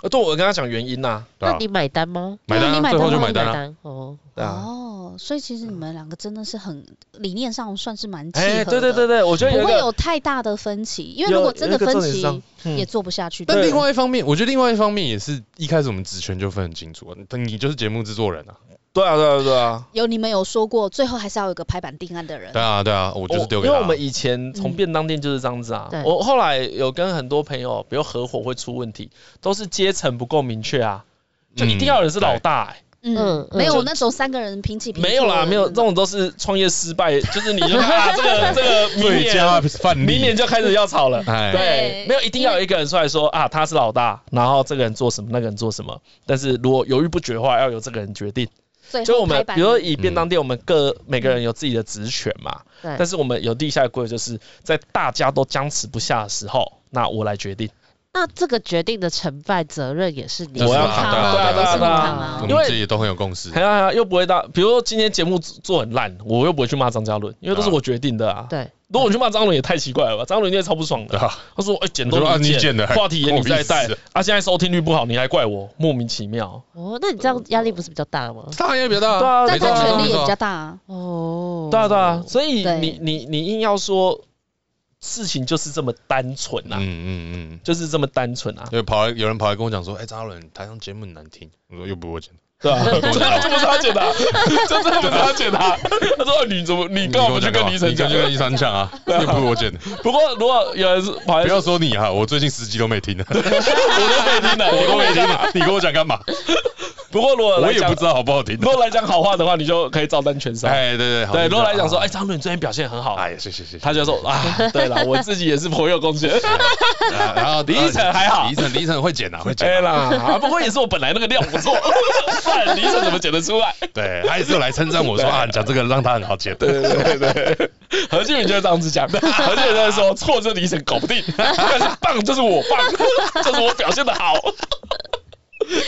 [SPEAKER 3] 呃对，我跟他讲原因呐、啊
[SPEAKER 2] 对啊
[SPEAKER 4] 那
[SPEAKER 2] 吧、
[SPEAKER 4] 你买单吗？
[SPEAKER 2] 买单
[SPEAKER 5] 你
[SPEAKER 2] 啊，
[SPEAKER 5] 买
[SPEAKER 2] 最后就
[SPEAKER 5] 单吗
[SPEAKER 2] 买单了、啊。
[SPEAKER 4] 哦，
[SPEAKER 3] 对啊。
[SPEAKER 5] 哦，所以其实你们两个真的是很理念上算是蛮契合的。
[SPEAKER 3] 哎、对对对对，我觉得有
[SPEAKER 5] 不
[SPEAKER 3] 一
[SPEAKER 5] 会
[SPEAKER 3] 个
[SPEAKER 5] 有太大的分歧，因为
[SPEAKER 3] 有
[SPEAKER 5] 如果真
[SPEAKER 3] 有
[SPEAKER 5] 的
[SPEAKER 3] 一个
[SPEAKER 5] 分
[SPEAKER 3] 重点是
[SPEAKER 5] 歧
[SPEAKER 3] 这样嗯
[SPEAKER 5] 也做不下去。
[SPEAKER 3] 对
[SPEAKER 2] 但
[SPEAKER 5] 对
[SPEAKER 2] 另外一方面，我觉得另外一方面也是一开始我们职权就分很清楚，你就是节目制作人啊，
[SPEAKER 3] 对啊对啊对啊，
[SPEAKER 5] 有你们有说过，最后还是要有一个排版定案的人。
[SPEAKER 2] 对啊对啊，我就是丢给
[SPEAKER 3] 因
[SPEAKER 2] 他
[SPEAKER 3] 为
[SPEAKER 2] 啊。
[SPEAKER 3] 我们以前
[SPEAKER 5] 嗯
[SPEAKER 3] 从便当店就是这样子啊。
[SPEAKER 4] 嗯对
[SPEAKER 3] 我后来有跟很多朋友，比如合伙会出问题，都是阶层不够明确啊，
[SPEAKER 2] 嗯
[SPEAKER 3] 就一定要有人是老大、欸。
[SPEAKER 5] 嗯
[SPEAKER 4] 嗯，
[SPEAKER 5] 没有
[SPEAKER 3] 就
[SPEAKER 5] 那时候三个人平起平坐
[SPEAKER 3] 没有啦，
[SPEAKER 5] 的
[SPEAKER 3] 没有
[SPEAKER 5] 那
[SPEAKER 3] 这种都是创业失败，就 是你就看啊，这个这 个明
[SPEAKER 2] 最
[SPEAKER 3] 年
[SPEAKER 2] 佳范
[SPEAKER 3] 明年
[SPEAKER 2] 例，
[SPEAKER 3] 就开始要吵 了。
[SPEAKER 2] 哎，
[SPEAKER 5] 对
[SPEAKER 3] 对，啊没有一定要有一个人出来说啊，他是老大，然后这个人做什么，那个人做什么。但是如果犹豫不决的话，要由这个人决定。
[SPEAKER 5] 最后
[SPEAKER 3] 就我们
[SPEAKER 5] 排，版
[SPEAKER 3] 比如
[SPEAKER 5] 的
[SPEAKER 3] 说
[SPEAKER 2] 嗯
[SPEAKER 3] 以便当店，我们各每个人有自己的职权嘛，
[SPEAKER 4] 对
[SPEAKER 3] 但是我们有立下的规则，就是在大家都僵持不下的时候，那我来决定。
[SPEAKER 4] 那这个决定的成败责任也是你
[SPEAKER 2] 我要
[SPEAKER 4] 的
[SPEAKER 2] 扛
[SPEAKER 5] 扛
[SPEAKER 2] 啊
[SPEAKER 5] 啊，
[SPEAKER 2] 对啊对啊
[SPEAKER 5] 都是
[SPEAKER 3] 对
[SPEAKER 5] 你
[SPEAKER 3] 啊
[SPEAKER 5] 扛啊
[SPEAKER 2] 我。
[SPEAKER 3] 因
[SPEAKER 2] 们
[SPEAKER 3] 为
[SPEAKER 2] 自己都很有共识
[SPEAKER 3] 哎。呀，又不会到，比如说今天节目做很烂，我又不会去骂张嘉伦，因为都是我决定的啊。
[SPEAKER 4] 对，
[SPEAKER 3] 如果我去骂张伦也太奇怪了吧？张伦应该超不爽
[SPEAKER 2] 对
[SPEAKER 3] 的。
[SPEAKER 2] 啊，
[SPEAKER 3] 他说：“哎，剪
[SPEAKER 2] 我
[SPEAKER 3] 都
[SPEAKER 2] 说啊你剪
[SPEAKER 3] 剪
[SPEAKER 2] 的还
[SPEAKER 3] 话题也你
[SPEAKER 2] 关我屁
[SPEAKER 3] 在带
[SPEAKER 2] 事啊
[SPEAKER 3] 啊，现在收听率不好，你还怪我，莫名其妙。
[SPEAKER 4] 哦，那你这样压力不是比较大吗？
[SPEAKER 2] 当然也比较大
[SPEAKER 3] 对
[SPEAKER 2] 啊，
[SPEAKER 3] 啊
[SPEAKER 5] 但
[SPEAKER 2] 没错
[SPEAKER 5] 他
[SPEAKER 2] 没错
[SPEAKER 5] 权
[SPEAKER 2] 没
[SPEAKER 5] 力也比较
[SPEAKER 2] 错，
[SPEAKER 5] 大啊。
[SPEAKER 4] 哦，
[SPEAKER 3] 对啊对啊，所以
[SPEAKER 5] 对
[SPEAKER 3] 你你你硬要说事情就是这么单纯啊，
[SPEAKER 2] 嗯嗯嗯。
[SPEAKER 3] 就是这么单纯啊。
[SPEAKER 2] 有跑来，有人跑来跟我讲说，哎、张嘉伦台上节目很难听。我说又不是我剪的，
[SPEAKER 3] 对啊， 这
[SPEAKER 2] 我知道
[SPEAKER 3] 这不是他啊解答，这 真的不是他解答。他说你怎么你干嘛去跟
[SPEAKER 2] 你
[SPEAKER 3] 李晨
[SPEAKER 2] 跟
[SPEAKER 3] 讲
[SPEAKER 2] 去？跟医生讲啊，又不是我 剪的，
[SPEAKER 3] 不过如果有人是跑来
[SPEAKER 2] 不要说你哈，我最近十集都没听了，
[SPEAKER 3] 我
[SPEAKER 2] 我
[SPEAKER 3] 都没听的，我
[SPEAKER 2] 都
[SPEAKER 3] 都
[SPEAKER 2] 没
[SPEAKER 3] 没
[SPEAKER 2] 听
[SPEAKER 3] 听的。
[SPEAKER 2] 了，你跟我讲干嘛？
[SPEAKER 3] 不过如果
[SPEAKER 2] 我
[SPEAKER 3] 来
[SPEAKER 2] 也
[SPEAKER 3] 讲
[SPEAKER 2] 不知道好不好听
[SPEAKER 3] 如。果来讲好话的话，你就可以照单全收。
[SPEAKER 2] 哎，对对好
[SPEAKER 3] 对，
[SPEAKER 2] 你
[SPEAKER 3] 如果来讲说，
[SPEAKER 2] 啊
[SPEAKER 3] 哎，张伦最近表现很好，
[SPEAKER 2] 哎呀，谢谢谢谢。
[SPEAKER 3] 他就说啊，对了，我自己也是颇有贡献。
[SPEAKER 2] 啊 然后
[SPEAKER 3] 李依晨还好
[SPEAKER 2] 李依晨李依晨会剪啊，会
[SPEAKER 3] 哎
[SPEAKER 2] 剪啊，
[SPEAKER 3] 啦，啊不过也是我本来那个料不错， 不然李晨怎么剪得出来？
[SPEAKER 2] 对，他也是有来称 赞我说啊，讲这个让他很好剪。
[SPEAKER 3] 对对对对，何俊宇就是这样子讲的。何俊宇在说错就是李晨搞不定， 但是棒 就是我棒，就是我表现的好。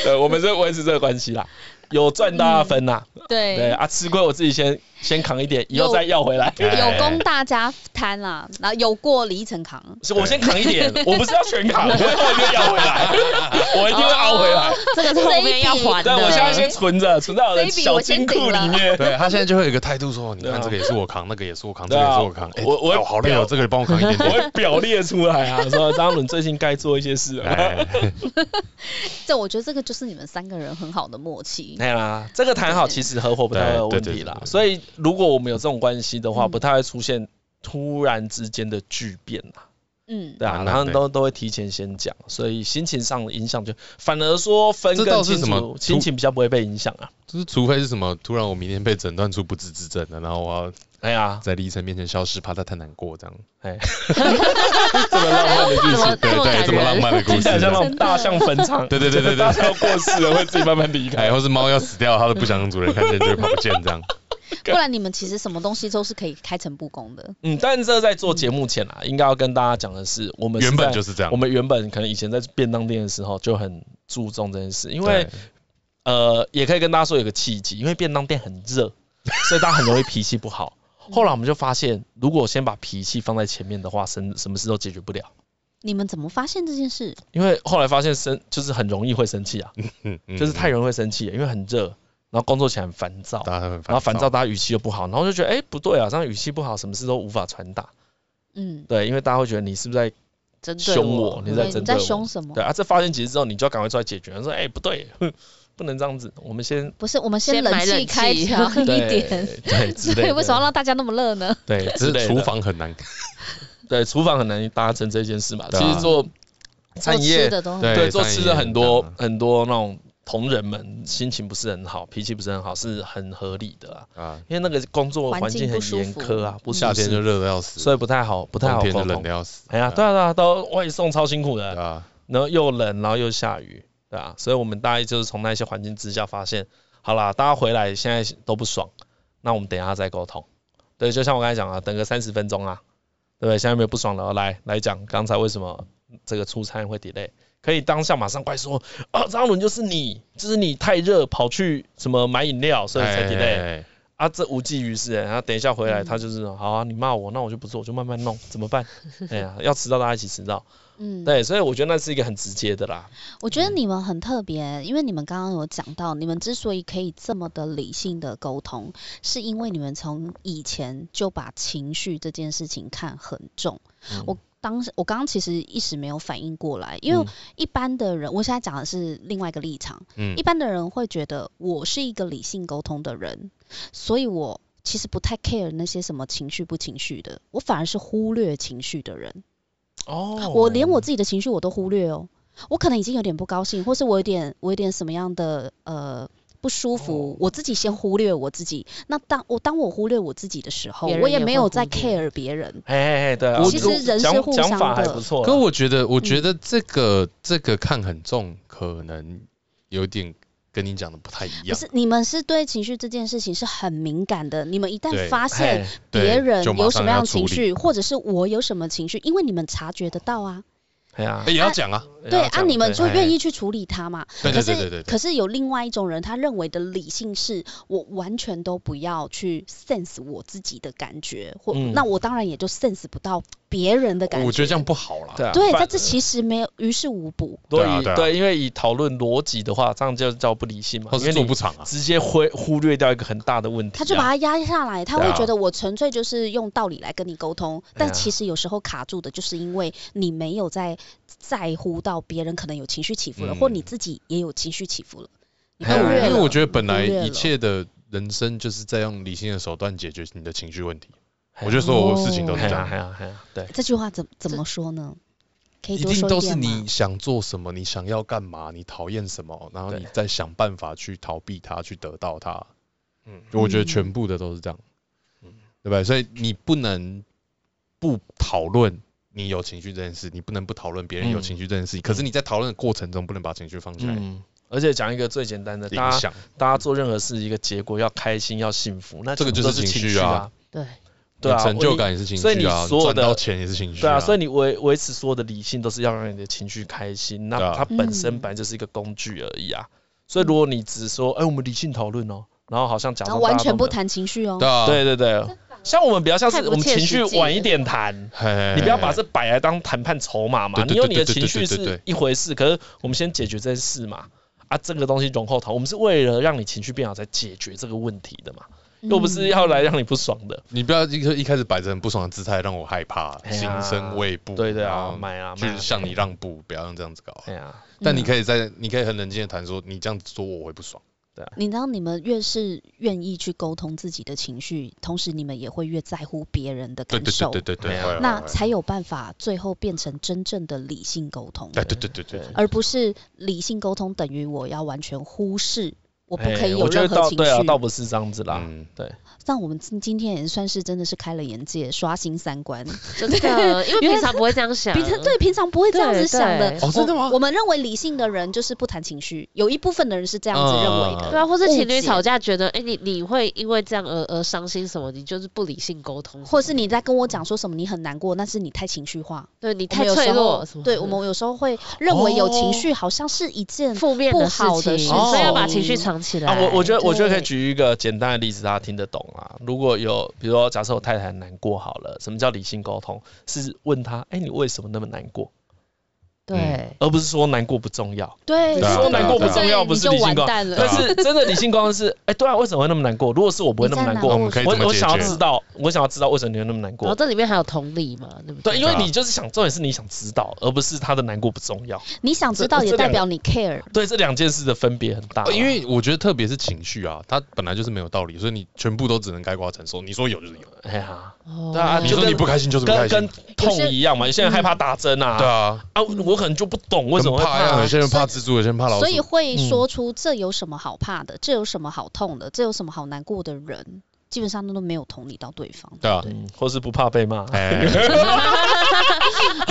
[SPEAKER 3] 对，我们是维持这个关系啦，有赚大家分啦。
[SPEAKER 1] 对
[SPEAKER 3] 对啊，吃亏我自己先先扛一点，以后
[SPEAKER 1] 有
[SPEAKER 3] 再要回来。
[SPEAKER 2] 哎
[SPEAKER 1] 有功大家摊啦，然后有过李晨 扛。
[SPEAKER 3] 是我先扛一点，我不是要全 扛，我以后就要回来，我一定会凹回来。
[SPEAKER 4] 这个是后面要还
[SPEAKER 3] 对，
[SPEAKER 4] 的。
[SPEAKER 3] 我现在先存着，存在我的
[SPEAKER 1] 哦这一笔
[SPEAKER 3] 小
[SPEAKER 1] 我先
[SPEAKER 3] 金库
[SPEAKER 1] 顶了
[SPEAKER 3] 里面。
[SPEAKER 2] 对他现在就会有一个态度说，你
[SPEAKER 3] 对啊
[SPEAKER 2] 看这个也是我扛，那个也是我扛，这
[SPEAKER 3] 对
[SPEAKER 2] 个
[SPEAKER 3] 啊
[SPEAKER 2] 也是我扛。哎
[SPEAKER 3] 我我
[SPEAKER 2] 哦好累哦，这个帮我扛一点
[SPEAKER 3] 我
[SPEAKER 2] 点。
[SPEAKER 3] 会表列出来啊，说张伦最近该做一些事了。
[SPEAKER 2] 哎，
[SPEAKER 1] 这我觉得这个就是你们三个人很好的默契。
[SPEAKER 3] 对啦，这个谈好其实合伙不太会有问
[SPEAKER 2] 对对
[SPEAKER 3] 题
[SPEAKER 2] 对对
[SPEAKER 3] 啦。
[SPEAKER 2] 对
[SPEAKER 3] 所以如果我们有这种关系的话，
[SPEAKER 1] 嗯
[SPEAKER 3] 不太会出现突然之间的巨变啦，
[SPEAKER 1] 嗯，
[SPEAKER 3] 对啊，
[SPEAKER 2] 嗯
[SPEAKER 3] 然后
[SPEAKER 2] 对
[SPEAKER 3] 都都会提前先讲，所以心情上的影响就反而说分
[SPEAKER 2] 这
[SPEAKER 3] 更
[SPEAKER 2] 倒是
[SPEAKER 3] 清
[SPEAKER 2] 什么
[SPEAKER 3] 楚，
[SPEAKER 2] 突
[SPEAKER 3] 心情比较不会被影响啊。
[SPEAKER 2] 就是除非是什么，突然我明天被诊断出不治之症了，然后我要
[SPEAKER 3] 哎呀，
[SPEAKER 2] 在李医生面前消失，怕他太难过这样。
[SPEAKER 3] 哎，这么浪漫的
[SPEAKER 4] 怎
[SPEAKER 3] 故
[SPEAKER 4] 么
[SPEAKER 3] 事，
[SPEAKER 4] 这
[SPEAKER 2] 对
[SPEAKER 4] 么感
[SPEAKER 2] 对，
[SPEAKER 4] 人？
[SPEAKER 2] 这么浪漫的故
[SPEAKER 3] 听起来像那
[SPEAKER 2] 事。
[SPEAKER 3] 种大象坟场。
[SPEAKER 2] 啊对对对对
[SPEAKER 3] 大
[SPEAKER 2] 对，
[SPEAKER 3] 象过世了会自己慢慢离
[SPEAKER 2] 哎，
[SPEAKER 3] 开。
[SPEAKER 2] 或是猫要死掉，它都不想让主人看见，就会跑不见这样。
[SPEAKER 1] 不然你们其实什么东西都是可以开诚布公的。
[SPEAKER 3] 嗯，但这在做节目前啊，应该要跟大家讲的是，我们是
[SPEAKER 2] 原本
[SPEAKER 3] 在
[SPEAKER 2] 就是这样
[SPEAKER 3] 我。们原本可能以前在便当店的时候就很注重这件事，因
[SPEAKER 2] 因
[SPEAKER 3] 为呃，也可以跟大家说有个契机，因为便当店很 热，所以大家很容易脾气不好。后来我们就发现，如果先把脾气放在前面的话，生什么事都解决不了。
[SPEAKER 1] 你们怎么发现这件事？
[SPEAKER 3] 因为后来发现生就是很容易会生气啊，就是
[SPEAKER 2] 嗯
[SPEAKER 3] 太容易会生气了，因为很热，然后工作起来很烦躁，
[SPEAKER 2] 大家都很
[SPEAKER 3] 然后烦躁，大家语气又不好，然后就觉得哎、不对啊，这样语气不好，什么事都无法传达。
[SPEAKER 1] 嗯，
[SPEAKER 3] 对，因为大家会觉得你是不是在
[SPEAKER 4] 针哦对
[SPEAKER 3] 凶我，你是在
[SPEAKER 1] 对
[SPEAKER 3] 针
[SPEAKER 1] 你
[SPEAKER 3] 对
[SPEAKER 1] 在
[SPEAKER 3] 我，
[SPEAKER 1] 凶什么
[SPEAKER 3] 对？啊，这发现其实之后，你就要赶快出来解决。说，哎、不对，哼不能这样子，我们先
[SPEAKER 1] 不是，我们
[SPEAKER 4] 先
[SPEAKER 1] 冷
[SPEAKER 4] 买冷
[SPEAKER 1] 气开
[SPEAKER 4] 气
[SPEAKER 1] 强一
[SPEAKER 3] 对
[SPEAKER 1] 点。
[SPEAKER 3] 对之类
[SPEAKER 1] 对，
[SPEAKER 3] 的。
[SPEAKER 1] 为什么要让大家那么热呢？
[SPEAKER 3] 对，
[SPEAKER 2] 只
[SPEAKER 3] 之类的
[SPEAKER 2] 是厨房很难。
[SPEAKER 3] 对厨房很难达成这件事嘛。
[SPEAKER 2] 对啊
[SPEAKER 3] 其实做餐饮
[SPEAKER 1] 做吃
[SPEAKER 3] 业，
[SPEAKER 1] 的都很
[SPEAKER 3] 对
[SPEAKER 2] 对
[SPEAKER 3] 做吃的很多
[SPEAKER 2] 餐饮业很啊
[SPEAKER 3] 很多那种同仁们心情不是很好，脾气不是很好，是很合理的啊。
[SPEAKER 2] 啊，
[SPEAKER 3] 因为那个工作
[SPEAKER 1] 环
[SPEAKER 3] 环境
[SPEAKER 1] 境
[SPEAKER 3] 很
[SPEAKER 1] 不舒
[SPEAKER 3] 严
[SPEAKER 1] 服
[SPEAKER 3] 苛啊，不
[SPEAKER 2] 夏
[SPEAKER 3] 舒
[SPEAKER 2] 天就
[SPEAKER 3] 适，
[SPEAKER 2] 热的要死，
[SPEAKER 3] 所以不太好，不太好沟
[SPEAKER 2] 冬天就冷
[SPEAKER 3] 通
[SPEAKER 2] 的。要死。
[SPEAKER 3] 哎呀，对啊对啊，都外送超辛苦的。
[SPEAKER 2] 对啊，
[SPEAKER 3] 然后又冷，然后又下雨，对啊，所以我们大概就是从那些环境之下发现，好啦，大家回来现在都不爽，那我们等一下再沟通。对，就像我刚才讲啊，等个三十分钟啊，对不对？现在有没有不爽了，来来讲刚才为什么这个出餐会 delay，可以当下马上快说，啊，张伦就是你，就是你太热跑去什么买饮料，所以才 delay。
[SPEAKER 2] 哎嗯
[SPEAKER 3] 啊，这无济于事、欸。然后等一下回来，他就是好啊，你骂我，那我就不做，我就慢慢弄，怎么 办？哎呀，要迟到大家一起迟到。
[SPEAKER 1] 嗯，
[SPEAKER 3] 对，所以我觉得那是一个很直接的啦。
[SPEAKER 1] 我觉得你们很特别，因为你们刚刚有讲到，你们之所以可以这么的理性的沟通，是因为你们从以前就把情绪这件事情看很重。
[SPEAKER 3] 嗯
[SPEAKER 1] 我当时我刚刚其实一时没有反应过来，因为
[SPEAKER 3] 嗯
[SPEAKER 1] 一般的人，我现在讲的是另外一个立场，
[SPEAKER 2] 嗯
[SPEAKER 1] 一，般的人会觉得我是一个理性沟通的人，所以我其实不太 care 那些什么情绪不情绪的，我反而是忽略情绪的人。
[SPEAKER 3] 哦，
[SPEAKER 1] 我连我自己的情绪我都忽略哦。我可能已经有点不高兴，或是我有点我有点什么样的呃不舒服，
[SPEAKER 3] 哦
[SPEAKER 1] 我自己先忽略我自己。那当我当我忽略我自己的时候，
[SPEAKER 4] 别人
[SPEAKER 1] 我
[SPEAKER 4] 也
[SPEAKER 1] 没
[SPEAKER 4] 会
[SPEAKER 1] 有
[SPEAKER 4] 忽
[SPEAKER 1] 在
[SPEAKER 4] 略
[SPEAKER 1] care 别人。
[SPEAKER 3] 哎哎哎，对啊，
[SPEAKER 1] 我
[SPEAKER 3] 这
[SPEAKER 1] 其
[SPEAKER 3] 个
[SPEAKER 1] 实人是
[SPEAKER 3] 讲
[SPEAKER 1] 互
[SPEAKER 3] 讲
[SPEAKER 1] 相
[SPEAKER 3] 法还
[SPEAKER 1] 的
[SPEAKER 3] 不错啦。
[SPEAKER 2] 可我觉得，我觉
[SPEAKER 1] 嗯
[SPEAKER 2] 得这个这个看很重，可能有点跟你讲的不太一
[SPEAKER 1] 不
[SPEAKER 2] 样。
[SPEAKER 1] 是你们是对情绪这件事情是很敏感的，你们一旦
[SPEAKER 2] 对
[SPEAKER 1] 发现
[SPEAKER 3] 哎
[SPEAKER 1] 别
[SPEAKER 2] 对
[SPEAKER 1] 人
[SPEAKER 2] 就马
[SPEAKER 1] 有什
[SPEAKER 2] 上
[SPEAKER 1] 么样
[SPEAKER 2] 要
[SPEAKER 1] 的情
[SPEAKER 2] 处理
[SPEAKER 1] 绪，或者是我有什么情绪，因为你们察觉得到啊，
[SPEAKER 3] 哎呀
[SPEAKER 2] 哎，，也要讲啊，
[SPEAKER 1] 对啊，你们就
[SPEAKER 2] 对
[SPEAKER 1] 愿意去处理它嘛。
[SPEAKER 2] 对
[SPEAKER 1] 可
[SPEAKER 2] 对
[SPEAKER 1] 是
[SPEAKER 2] 对对对对，
[SPEAKER 1] 可是有另外一种人，他认为的理性是我完全都不要去 sense 我自己的感觉，或、
[SPEAKER 3] 嗯
[SPEAKER 1] 那我当然也就 sense 不到别人的感觉。
[SPEAKER 2] 我觉得这样不好啦。
[SPEAKER 3] 对啊，
[SPEAKER 1] 对，
[SPEAKER 3] 反
[SPEAKER 1] 在这其实没有于事无补。
[SPEAKER 3] 如果
[SPEAKER 2] 对啊
[SPEAKER 3] 以
[SPEAKER 2] 对啊
[SPEAKER 3] 对，因为以讨论逻辑的话，这样就叫不理性嘛，
[SPEAKER 2] 或
[SPEAKER 3] 因
[SPEAKER 2] 是
[SPEAKER 3] 为
[SPEAKER 2] 做
[SPEAKER 3] 你
[SPEAKER 2] 不长啊。
[SPEAKER 3] 直接忽忽略掉一个很大的问题啊。
[SPEAKER 1] 他就把它压下来，他
[SPEAKER 2] 对
[SPEAKER 1] 会
[SPEAKER 2] 啊
[SPEAKER 1] 觉得我纯粹就是用道理来跟你沟通，但
[SPEAKER 3] 对啊
[SPEAKER 1] 其实有时候卡住的就是因为你没有在在乎到别人可能有情绪起伏了，
[SPEAKER 2] 嗯
[SPEAKER 1] 或你自己也有情绪起伏了，
[SPEAKER 5] 你
[SPEAKER 2] 哎
[SPEAKER 5] 忽略
[SPEAKER 2] 呀因为我
[SPEAKER 5] 了
[SPEAKER 2] 觉得本
[SPEAKER 5] 你
[SPEAKER 2] 来
[SPEAKER 5] 忽略
[SPEAKER 2] 一
[SPEAKER 5] 了
[SPEAKER 2] 切的人生就是在用理性的手段解决你的情绪问题。我觉得所有事情都是
[SPEAKER 3] 哎
[SPEAKER 2] 这
[SPEAKER 3] 呀
[SPEAKER 2] 样
[SPEAKER 3] 哎，呀哎呀，对，
[SPEAKER 1] 这句话怎怎么说呢？可以
[SPEAKER 2] 一
[SPEAKER 1] 多
[SPEAKER 2] 定
[SPEAKER 1] 说
[SPEAKER 2] 都是
[SPEAKER 1] 点吗
[SPEAKER 2] 你？想做什么，你想要干嘛，你讨厌什么，然后
[SPEAKER 3] 对
[SPEAKER 2] 你再想办法去逃避它，去得到它。
[SPEAKER 3] 嗯，
[SPEAKER 2] 我觉得全部的都是这样，对不对？所以你不能不讨论你有情绪这件事，你不能不讨论别人有
[SPEAKER 3] 嗯
[SPEAKER 2] 情绪这件事。可是你在讨论的过程中，不能把情绪放下来
[SPEAKER 3] 嗯，而且讲一个最简单的，大
[SPEAKER 2] 影
[SPEAKER 3] 家
[SPEAKER 2] 响。
[SPEAKER 3] 大家做任何事一个结果要开心要幸福，那
[SPEAKER 2] 这个
[SPEAKER 3] 全部
[SPEAKER 2] 就
[SPEAKER 3] 都
[SPEAKER 2] 是
[SPEAKER 3] 是
[SPEAKER 2] 情
[SPEAKER 3] 情
[SPEAKER 2] 绪
[SPEAKER 3] 绪
[SPEAKER 2] 啊
[SPEAKER 3] 啊，
[SPEAKER 4] 对
[SPEAKER 3] 对啊，
[SPEAKER 2] 成就
[SPEAKER 3] 我一。
[SPEAKER 2] 感也是情绪
[SPEAKER 3] 所以你
[SPEAKER 2] 啊，
[SPEAKER 3] 所有
[SPEAKER 2] 赚
[SPEAKER 3] 的
[SPEAKER 2] 到钱也是情绪
[SPEAKER 3] 对啊，所以
[SPEAKER 2] 以
[SPEAKER 3] 你维维持所有的理性都是要让你的情绪开心，
[SPEAKER 2] 对
[SPEAKER 3] 那
[SPEAKER 2] 啊
[SPEAKER 3] 它本身本来就是一个工具而已啊。所以如果你只说，哎，我们理性讨论哦，然后好像假
[SPEAKER 1] 然
[SPEAKER 3] 装
[SPEAKER 1] 后
[SPEAKER 3] 大
[SPEAKER 1] 完
[SPEAKER 3] 家
[SPEAKER 1] 全
[SPEAKER 3] 都
[SPEAKER 1] 不
[SPEAKER 3] 没有，
[SPEAKER 1] 谈情绪哦。
[SPEAKER 2] 对啊，
[SPEAKER 3] 对对对，像我们比较像是
[SPEAKER 4] 太不
[SPEAKER 3] 我们
[SPEAKER 4] 切
[SPEAKER 3] 情
[SPEAKER 4] 实
[SPEAKER 3] 绪
[SPEAKER 4] 际
[SPEAKER 3] 晚
[SPEAKER 4] 了
[SPEAKER 3] 一点谈，
[SPEAKER 2] 嘿
[SPEAKER 3] 你不要把这摆来当谈判筹码嘛。
[SPEAKER 2] 哎对对
[SPEAKER 3] 你有你的
[SPEAKER 2] 对对
[SPEAKER 3] 情绪
[SPEAKER 2] 对对对
[SPEAKER 3] 是
[SPEAKER 2] 对
[SPEAKER 3] 一回事，可是我们先解决这件事嘛。啊，这个东西容后谈，我们是为了让你情绪变好才解决这个问题的嘛，
[SPEAKER 1] 嗯
[SPEAKER 3] 又不是要来让你不爽的。
[SPEAKER 2] 你不要一个一开始摆着很不爽的姿态让我害怕，
[SPEAKER 3] 哎
[SPEAKER 2] 心
[SPEAKER 3] 呀
[SPEAKER 2] 生畏怖。
[SPEAKER 3] 对对
[SPEAKER 2] 然
[SPEAKER 3] 啊
[SPEAKER 2] 后，
[SPEAKER 3] 买啊，
[SPEAKER 2] 嗯就是向
[SPEAKER 3] 像
[SPEAKER 2] 你。让步，不要用这样子搞啊。
[SPEAKER 3] 哎呀，
[SPEAKER 2] 但你
[SPEAKER 1] 嗯
[SPEAKER 2] 可以在，你可以很冷静的谈说，你这样子说我会不爽。
[SPEAKER 1] 你当你们越是愿意去沟通自己的情绪，同时你们也会越在乎别人的
[SPEAKER 2] 对
[SPEAKER 1] 感
[SPEAKER 2] 对
[SPEAKER 1] 受，
[SPEAKER 2] 对对对
[SPEAKER 3] 哎
[SPEAKER 2] 对，
[SPEAKER 3] 呀
[SPEAKER 2] 会啊
[SPEAKER 1] 那
[SPEAKER 2] 会啊
[SPEAKER 1] 才有办法最后变成真正的理性沟通，
[SPEAKER 2] 哎对对对对，
[SPEAKER 1] 而不是理性沟通等于我要完全忽视，我
[SPEAKER 3] 我
[SPEAKER 1] 不可以有
[SPEAKER 3] 哎我觉
[SPEAKER 1] 任
[SPEAKER 3] 得
[SPEAKER 1] 何
[SPEAKER 3] 倒
[SPEAKER 1] 情
[SPEAKER 3] 对啊，倒
[SPEAKER 1] 绪。
[SPEAKER 3] 不是这样子啦。
[SPEAKER 2] 嗯，
[SPEAKER 1] 但我们今今天也算是真的是开了眼界，刷新三观。
[SPEAKER 4] 真的，因为
[SPEAKER 1] 原来
[SPEAKER 4] 平常不会这样想，啊
[SPEAKER 1] 平常对平常不会这样子
[SPEAKER 4] 对
[SPEAKER 1] 想的
[SPEAKER 4] 对。
[SPEAKER 2] 哦真的吗
[SPEAKER 1] 我？我们认为理性的人就是不谈情绪，有一部分的人是这样子认为的。
[SPEAKER 4] 对啊，或是情
[SPEAKER 1] 误解
[SPEAKER 4] 侣吵架，觉得哎、你你会因为这样而而伤心什么，你就是不理性沟通什么的，
[SPEAKER 1] 或是你在跟我讲说什么你很难过，那是你太情绪化，
[SPEAKER 4] 对你
[SPEAKER 1] 我们
[SPEAKER 4] 太
[SPEAKER 1] 有时
[SPEAKER 4] 脆弱
[SPEAKER 1] 候
[SPEAKER 4] 什么的，
[SPEAKER 1] 对我们有时候会认为有情绪好像是一件
[SPEAKER 4] 负面
[SPEAKER 1] 不
[SPEAKER 4] 的事
[SPEAKER 1] 好的
[SPEAKER 4] 情，
[SPEAKER 1] 事
[SPEAKER 4] 所以要把
[SPEAKER 1] 情
[SPEAKER 4] 情绪藏起来。
[SPEAKER 3] 啊，我我觉得我觉得可以
[SPEAKER 1] 对
[SPEAKER 3] 举一个简单的例子，大家听得懂啊。如果有，比如说假设我太太很难过好了，什么叫理性沟通？是问她，哎、你为什么那么难过，
[SPEAKER 4] 对，
[SPEAKER 3] 而不是说难过不重要。
[SPEAKER 1] 对
[SPEAKER 2] 对啊
[SPEAKER 1] 对
[SPEAKER 2] 说难过不
[SPEAKER 3] 重
[SPEAKER 1] 对啊
[SPEAKER 3] 要不是
[SPEAKER 1] 你
[SPEAKER 3] 理
[SPEAKER 1] 就
[SPEAKER 3] 性
[SPEAKER 1] 完
[SPEAKER 3] 沟通
[SPEAKER 1] 蛋了。
[SPEAKER 3] 但是真的理性沟通是，哎、对啊，为什么会那么难过？如果是我不会那么难
[SPEAKER 2] 那我
[SPEAKER 3] 过，
[SPEAKER 2] 们可以
[SPEAKER 3] 我
[SPEAKER 2] 怎么
[SPEAKER 3] 我
[SPEAKER 2] 解
[SPEAKER 3] 想要知
[SPEAKER 2] 决？
[SPEAKER 3] 道，我想要知道为什么你会那么难
[SPEAKER 4] 然后
[SPEAKER 3] 过。
[SPEAKER 4] 这里面还有同理嘛，对不
[SPEAKER 3] 对，因为
[SPEAKER 2] 对啊
[SPEAKER 3] 你就是想，重点是你想知道，而不是他的难过不重要。
[SPEAKER 1] 你想知道
[SPEAKER 3] 这
[SPEAKER 1] 也
[SPEAKER 3] 这
[SPEAKER 1] 代
[SPEAKER 3] 两
[SPEAKER 1] 表你 care，
[SPEAKER 3] 对，这两件事的分别很大啊、
[SPEAKER 2] 呃因为我觉得特别是情绪啊，它本来就是没有道理，所以你全部都只能概括承受。你说有就是有，
[SPEAKER 3] 哎呀，
[SPEAKER 4] 哦
[SPEAKER 3] 对啊
[SPEAKER 2] 你
[SPEAKER 3] 就
[SPEAKER 2] 说
[SPEAKER 3] 跟
[SPEAKER 2] 你不开心就是不开
[SPEAKER 3] 跟跟
[SPEAKER 2] 心，
[SPEAKER 3] 痛一样嘛，有些人害怕打针啊，
[SPEAKER 2] 对啊，
[SPEAKER 3] 啊，我可能就不懂为什么会
[SPEAKER 2] 跟怕一样
[SPEAKER 3] 怕
[SPEAKER 2] 有。些人怕蜘蛛，有些人怕老鼠
[SPEAKER 1] 所，以会
[SPEAKER 3] 嗯
[SPEAKER 1] 说出这有什么好怕的，这有什么好痛的，这有什么好难过的人，基本上都没有同理到对方。
[SPEAKER 2] 对啊，
[SPEAKER 3] 嗯，或是不怕被骂，
[SPEAKER 2] 哎，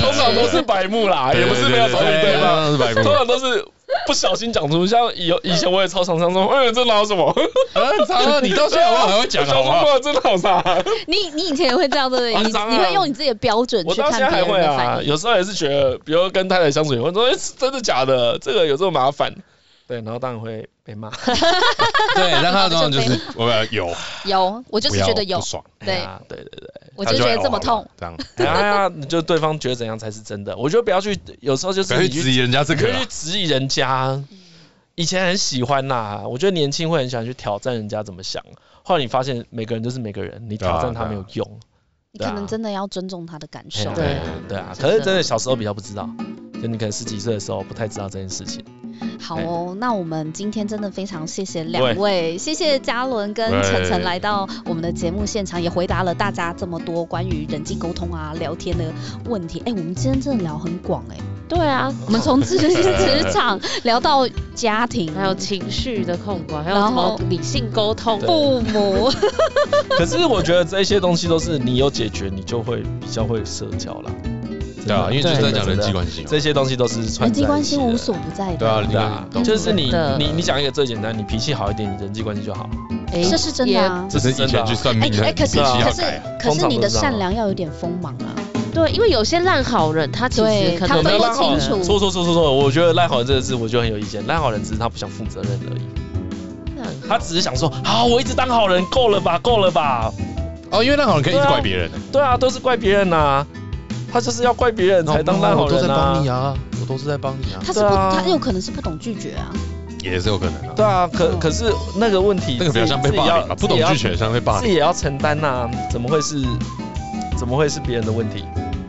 [SPEAKER 3] 通常都是白目啦，也不是没有同理对方，
[SPEAKER 2] 方，是白目
[SPEAKER 3] 通。常都是不小心讲出，像以以前我也超常常说，哎，这哪有什么？
[SPEAKER 2] 啊，操！你到现在我还会讲好不好？
[SPEAKER 3] 我真的好傻，
[SPEAKER 1] 你你以前也会这样对不对？
[SPEAKER 3] 啊
[SPEAKER 1] 你
[SPEAKER 3] 当
[SPEAKER 1] 你
[SPEAKER 3] 然
[SPEAKER 1] 会用你自己的标准
[SPEAKER 3] 我
[SPEAKER 1] 去
[SPEAKER 3] 到
[SPEAKER 1] 看
[SPEAKER 3] 现在还
[SPEAKER 1] 别
[SPEAKER 3] 会
[SPEAKER 1] 人的反
[SPEAKER 3] 啊，
[SPEAKER 1] 应。
[SPEAKER 3] 有时候也是觉得，比如跟太太相处，我说哎，是真的假的？这个有这么麻烦？对，然后当然会被骂。
[SPEAKER 2] 对，让他的状况就是我有，
[SPEAKER 1] 有，我 就是觉得有
[SPEAKER 2] 不，爽，
[SPEAKER 1] 对
[SPEAKER 3] 哎呀对对对。
[SPEAKER 1] 我
[SPEAKER 2] 他
[SPEAKER 1] 就觉
[SPEAKER 2] 会
[SPEAKER 1] 得这么
[SPEAKER 2] 哦好
[SPEAKER 1] 痛
[SPEAKER 2] 吧。这样，
[SPEAKER 3] 哎呀，你就对方觉得怎样才是真的？我觉得不要去，有时候就
[SPEAKER 2] 不
[SPEAKER 3] 是
[SPEAKER 2] 要
[SPEAKER 3] 你
[SPEAKER 2] 去
[SPEAKER 3] 去
[SPEAKER 2] 质疑人家这
[SPEAKER 3] 你可
[SPEAKER 2] 个啊
[SPEAKER 3] 以
[SPEAKER 2] 啦
[SPEAKER 3] 去。 质疑人家。以前很喜欢啦，我觉得年轻会很喜欢去挑战人家怎么想。后来你发现每个人就是每个人，你挑战他没有用。
[SPEAKER 1] 你
[SPEAKER 3] 对啊
[SPEAKER 1] 可能真的要尊重他的感受。
[SPEAKER 3] 啊
[SPEAKER 4] 对
[SPEAKER 3] 对啊，可是真的小时候比较不知道，就你可能十几岁的时候不太知道这件事情。
[SPEAKER 1] 好哦，那我们今天真的非常谢谢
[SPEAKER 3] 哎喂
[SPEAKER 1] 两位，谢谢嘉伦跟
[SPEAKER 2] 喂
[SPEAKER 1] 晨晨来到我们的节目现场，也回答了大家这么多关于人际沟通啊、聊天的问题。哎、我们今天真的聊很广哎、
[SPEAKER 4] 对啊，
[SPEAKER 1] 我们从职职场聊到家庭、
[SPEAKER 4] 还有情绪的控管，还有
[SPEAKER 1] 然
[SPEAKER 4] 什
[SPEAKER 1] 后
[SPEAKER 4] 么理性沟通，
[SPEAKER 3] 对
[SPEAKER 1] 父母，
[SPEAKER 3] 可是我觉得这些东西都是你有解决，你就会比较会社交啦。
[SPEAKER 2] 对啊，因为就是在讲人际
[SPEAKER 3] 系，
[SPEAKER 2] 关系嘛。
[SPEAKER 3] 这些东西都是
[SPEAKER 1] 人
[SPEAKER 3] 串在
[SPEAKER 1] 际
[SPEAKER 3] 一
[SPEAKER 1] 关
[SPEAKER 3] 起
[SPEAKER 1] 系
[SPEAKER 3] 的
[SPEAKER 1] 无所不在的。
[SPEAKER 2] 对啊，
[SPEAKER 3] 对啊，
[SPEAKER 2] 你
[SPEAKER 3] 就是你
[SPEAKER 4] 真的
[SPEAKER 3] 你你讲一个最简单，你脾气好一点，你人际关系就好。
[SPEAKER 4] 哎
[SPEAKER 1] 这是真的啊。
[SPEAKER 2] 这是以前去算命
[SPEAKER 1] 哎、
[SPEAKER 2] 的，
[SPEAKER 1] 可是
[SPEAKER 3] 脾气
[SPEAKER 1] 可
[SPEAKER 2] 要
[SPEAKER 1] 是
[SPEAKER 2] 改啊
[SPEAKER 1] 可是你的
[SPEAKER 3] 通常都是这样啊
[SPEAKER 1] 善良要有点锋芒啊。
[SPEAKER 4] 对，因为有些烂好人，他其
[SPEAKER 1] 对
[SPEAKER 4] 实可
[SPEAKER 1] 他
[SPEAKER 4] 能
[SPEAKER 1] 分
[SPEAKER 4] 没
[SPEAKER 1] 不
[SPEAKER 4] 有
[SPEAKER 1] 清
[SPEAKER 4] 人
[SPEAKER 1] 楚，
[SPEAKER 3] 错错错错错，我觉得赖好人这个字我就很有意见，赖好人只是他不想负责任而已。他只是想说，好、我一直当好人，够了吧，够了吧？
[SPEAKER 2] 哦，因为那好像可以一直怪别人，
[SPEAKER 3] 对啊，都是怪别人呐、他就是要怪别人才当烂好
[SPEAKER 2] 哦我都
[SPEAKER 3] 人
[SPEAKER 2] 在帮你
[SPEAKER 3] 啊。
[SPEAKER 2] 啊，我都是在帮你啊，
[SPEAKER 1] 他是不，
[SPEAKER 3] 对啊
[SPEAKER 1] 他有可能是不懂拒绝啊。
[SPEAKER 2] 也是有可能啊。
[SPEAKER 3] 对啊，可可是那个问题，
[SPEAKER 2] 那个比较像被霸凌吧，不懂拒绝像被霸
[SPEAKER 3] 自己
[SPEAKER 2] 凌。
[SPEAKER 3] 也要承担呐、怎么会是？怎么会是别人的问题？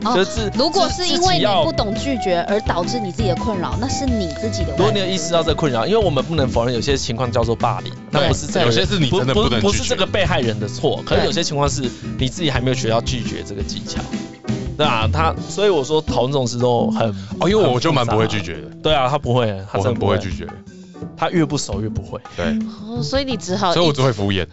[SPEAKER 1] 哦
[SPEAKER 3] 就是自
[SPEAKER 1] 如果是
[SPEAKER 3] 自自
[SPEAKER 1] 因
[SPEAKER 3] 己
[SPEAKER 1] 为你
[SPEAKER 3] 要
[SPEAKER 1] 不懂拒绝而导致你自己的困扰，那是你自己的
[SPEAKER 3] 如果
[SPEAKER 1] 问
[SPEAKER 3] 你
[SPEAKER 1] 题。
[SPEAKER 3] 有意识到这个困扰，因为我们不能否认有些情况叫做霸凌，那
[SPEAKER 2] 对
[SPEAKER 3] 不是这个
[SPEAKER 2] 有些是你真的
[SPEAKER 3] 不
[SPEAKER 2] 不能
[SPEAKER 3] 不
[SPEAKER 2] 拒
[SPEAKER 3] 是
[SPEAKER 2] 绝
[SPEAKER 3] 这个被害人的错，可能
[SPEAKER 4] 对
[SPEAKER 3] 有些情况是你自己还没有学到拒绝这个技巧，对啊，他所以我说讨论这种事都很
[SPEAKER 2] 哦，因为我就蛮不会拒
[SPEAKER 3] 绝，
[SPEAKER 2] 绝的，
[SPEAKER 3] 对啊，他不会，他真
[SPEAKER 2] 我
[SPEAKER 3] 的
[SPEAKER 2] 很
[SPEAKER 3] 不
[SPEAKER 2] 不
[SPEAKER 3] 会
[SPEAKER 2] 会，拒绝，
[SPEAKER 3] 他越不熟越不会，
[SPEAKER 2] 对，
[SPEAKER 4] 哦，所以你只好
[SPEAKER 2] 所以我
[SPEAKER 4] 一
[SPEAKER 2] 只会敷衍，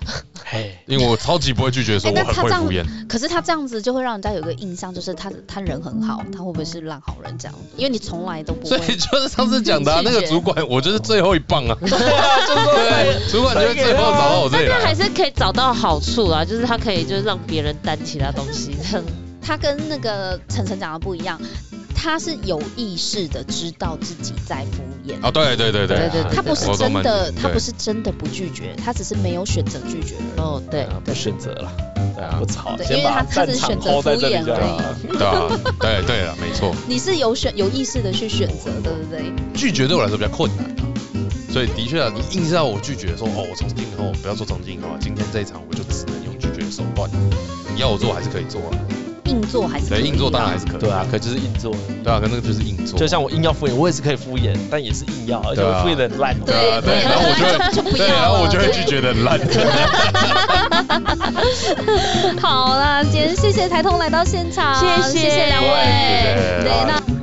[SPEAKER 3] 嘿，
[SPEAKER 2] 因为我超级不会拒绝，所以
[SPEAKER 1] 哎
[SPEAKER 2] 我
[SPEAKER 1] 那
[SPEAKER 2] 很
[SPEAKER 1] 他
[SPEAKER 2] 会
[SPEAKER 1] 这样
[SPEAKER 2] 敷衍。
[SPEAKER 1] 可是他这样子就会让人家有个印象，就是他他人很好，他会不会是烂好人这样？因为你从来都不
[SPEAKER 2] 所
[SPEAKER 1] 会。
[SPEAKER 2] 以就是上次讲的啊
[SPEAKER 1] 拒
[SPEAKER 2] 那
[SPEAKER 1] 绝
[SPEAKER 2] 个主管，我就是最后一棒 啊，
[SPEAKER 3] 对啊，就是说
[SPEAKER 2] 对，主管就会最后找到我这
[SPEAKER 4] 但
[SPEAKER 2] 里
[SPEAKER 4] 他还
[SPEAKER 2] 来。
[SPEAKER 4] 是可以找到好处啦，就是他可以就是让别人担其他东西，这样
[SPEAKER 1] 他跟那个晨晨讲的不一样，他是有意识的知道自己在敷衍。
[SPEAKER 2] 哦，对对对
[SPEAKER 4] 对
[SPEAKER 2] 对，
[SPEAKER 4] 对对
[SPEAKER 1] 他不是
[SPEAKER 2] 我懂
[SPEAKER 1] 真的，
[SPEAKER 2] 对
[SPEAKER 1] 他不是真的不拒绝，他只是没有选择拒绝而
[SPEAKER 4] 哦，对
[SPEAKER 3] 啊，不
[SPEAKER 4] 对，
[SPEAKER 3] 选择了，
[SPEAKER 2] 对啊
[SPEAKER 3] 不，吵，
[SPEAKER 1] 对
[SPEAKER 3] 先
[SPEAKER 1] 因为
[SPEAKER 3] 把
[SPEAKER 1] 他他
[SPEAKER 3] 战
[SPEAKER 1] 只
[SPEAKER 3] 场
[SPEAKER 1] 选择
[SPEAKER 3] hold 在这里
[SPEAKER 1] 敷衍
[SPEAKER 3] 就好
[SPEAKER 1] 而已
[SPEAKER 3] 了。
[SPEAKER 2] 对啊，对对了，没错，
[SPEAKER 1] 已。你是有选有意识的去选择，对不对？
[SPEAKER 2] 拒绝对我来说比较困难啊。所以的确啊，你硬是要我拒绝说哦，我从今以后不要做从今以后啊，今天这一场我就只能用拒绝的手段。你要我做还是可以做啊，
[SPEAKER 1] 硬做还是可
[SPEAKER 2] 对，
[SPEAKER 1] 以
[SPEAKER 2] 硬做当然
[SPEAKER 1] 啦
[SPEAKER 2] 还是可以。
[SPEAKER 3] 对啊，可就是硬做了，
[SPEAKER 2] 对啊，可那个就是硬做。
[SPEAKER 3] 就像我硬要敷衍，我也是可以敷衍，但也是硬要，而且我敷衍的烂。
[SPEAKER 2] 对啊对，然后我就会对，然后我就会拒绝的烂。
[SPEAKER 1] 好啦，今天谢谢台通来到现场，
[SPEAKER 4] 谢谢
[SPEAKER 1] 谢谢两位。
[SPEAKER 2] 对谢谢
[SPEAKER 1] 对，那。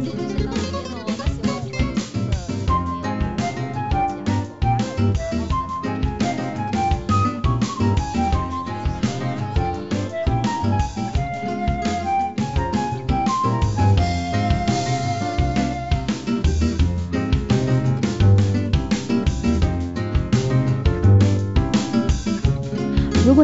[SPEAKER 6] 如果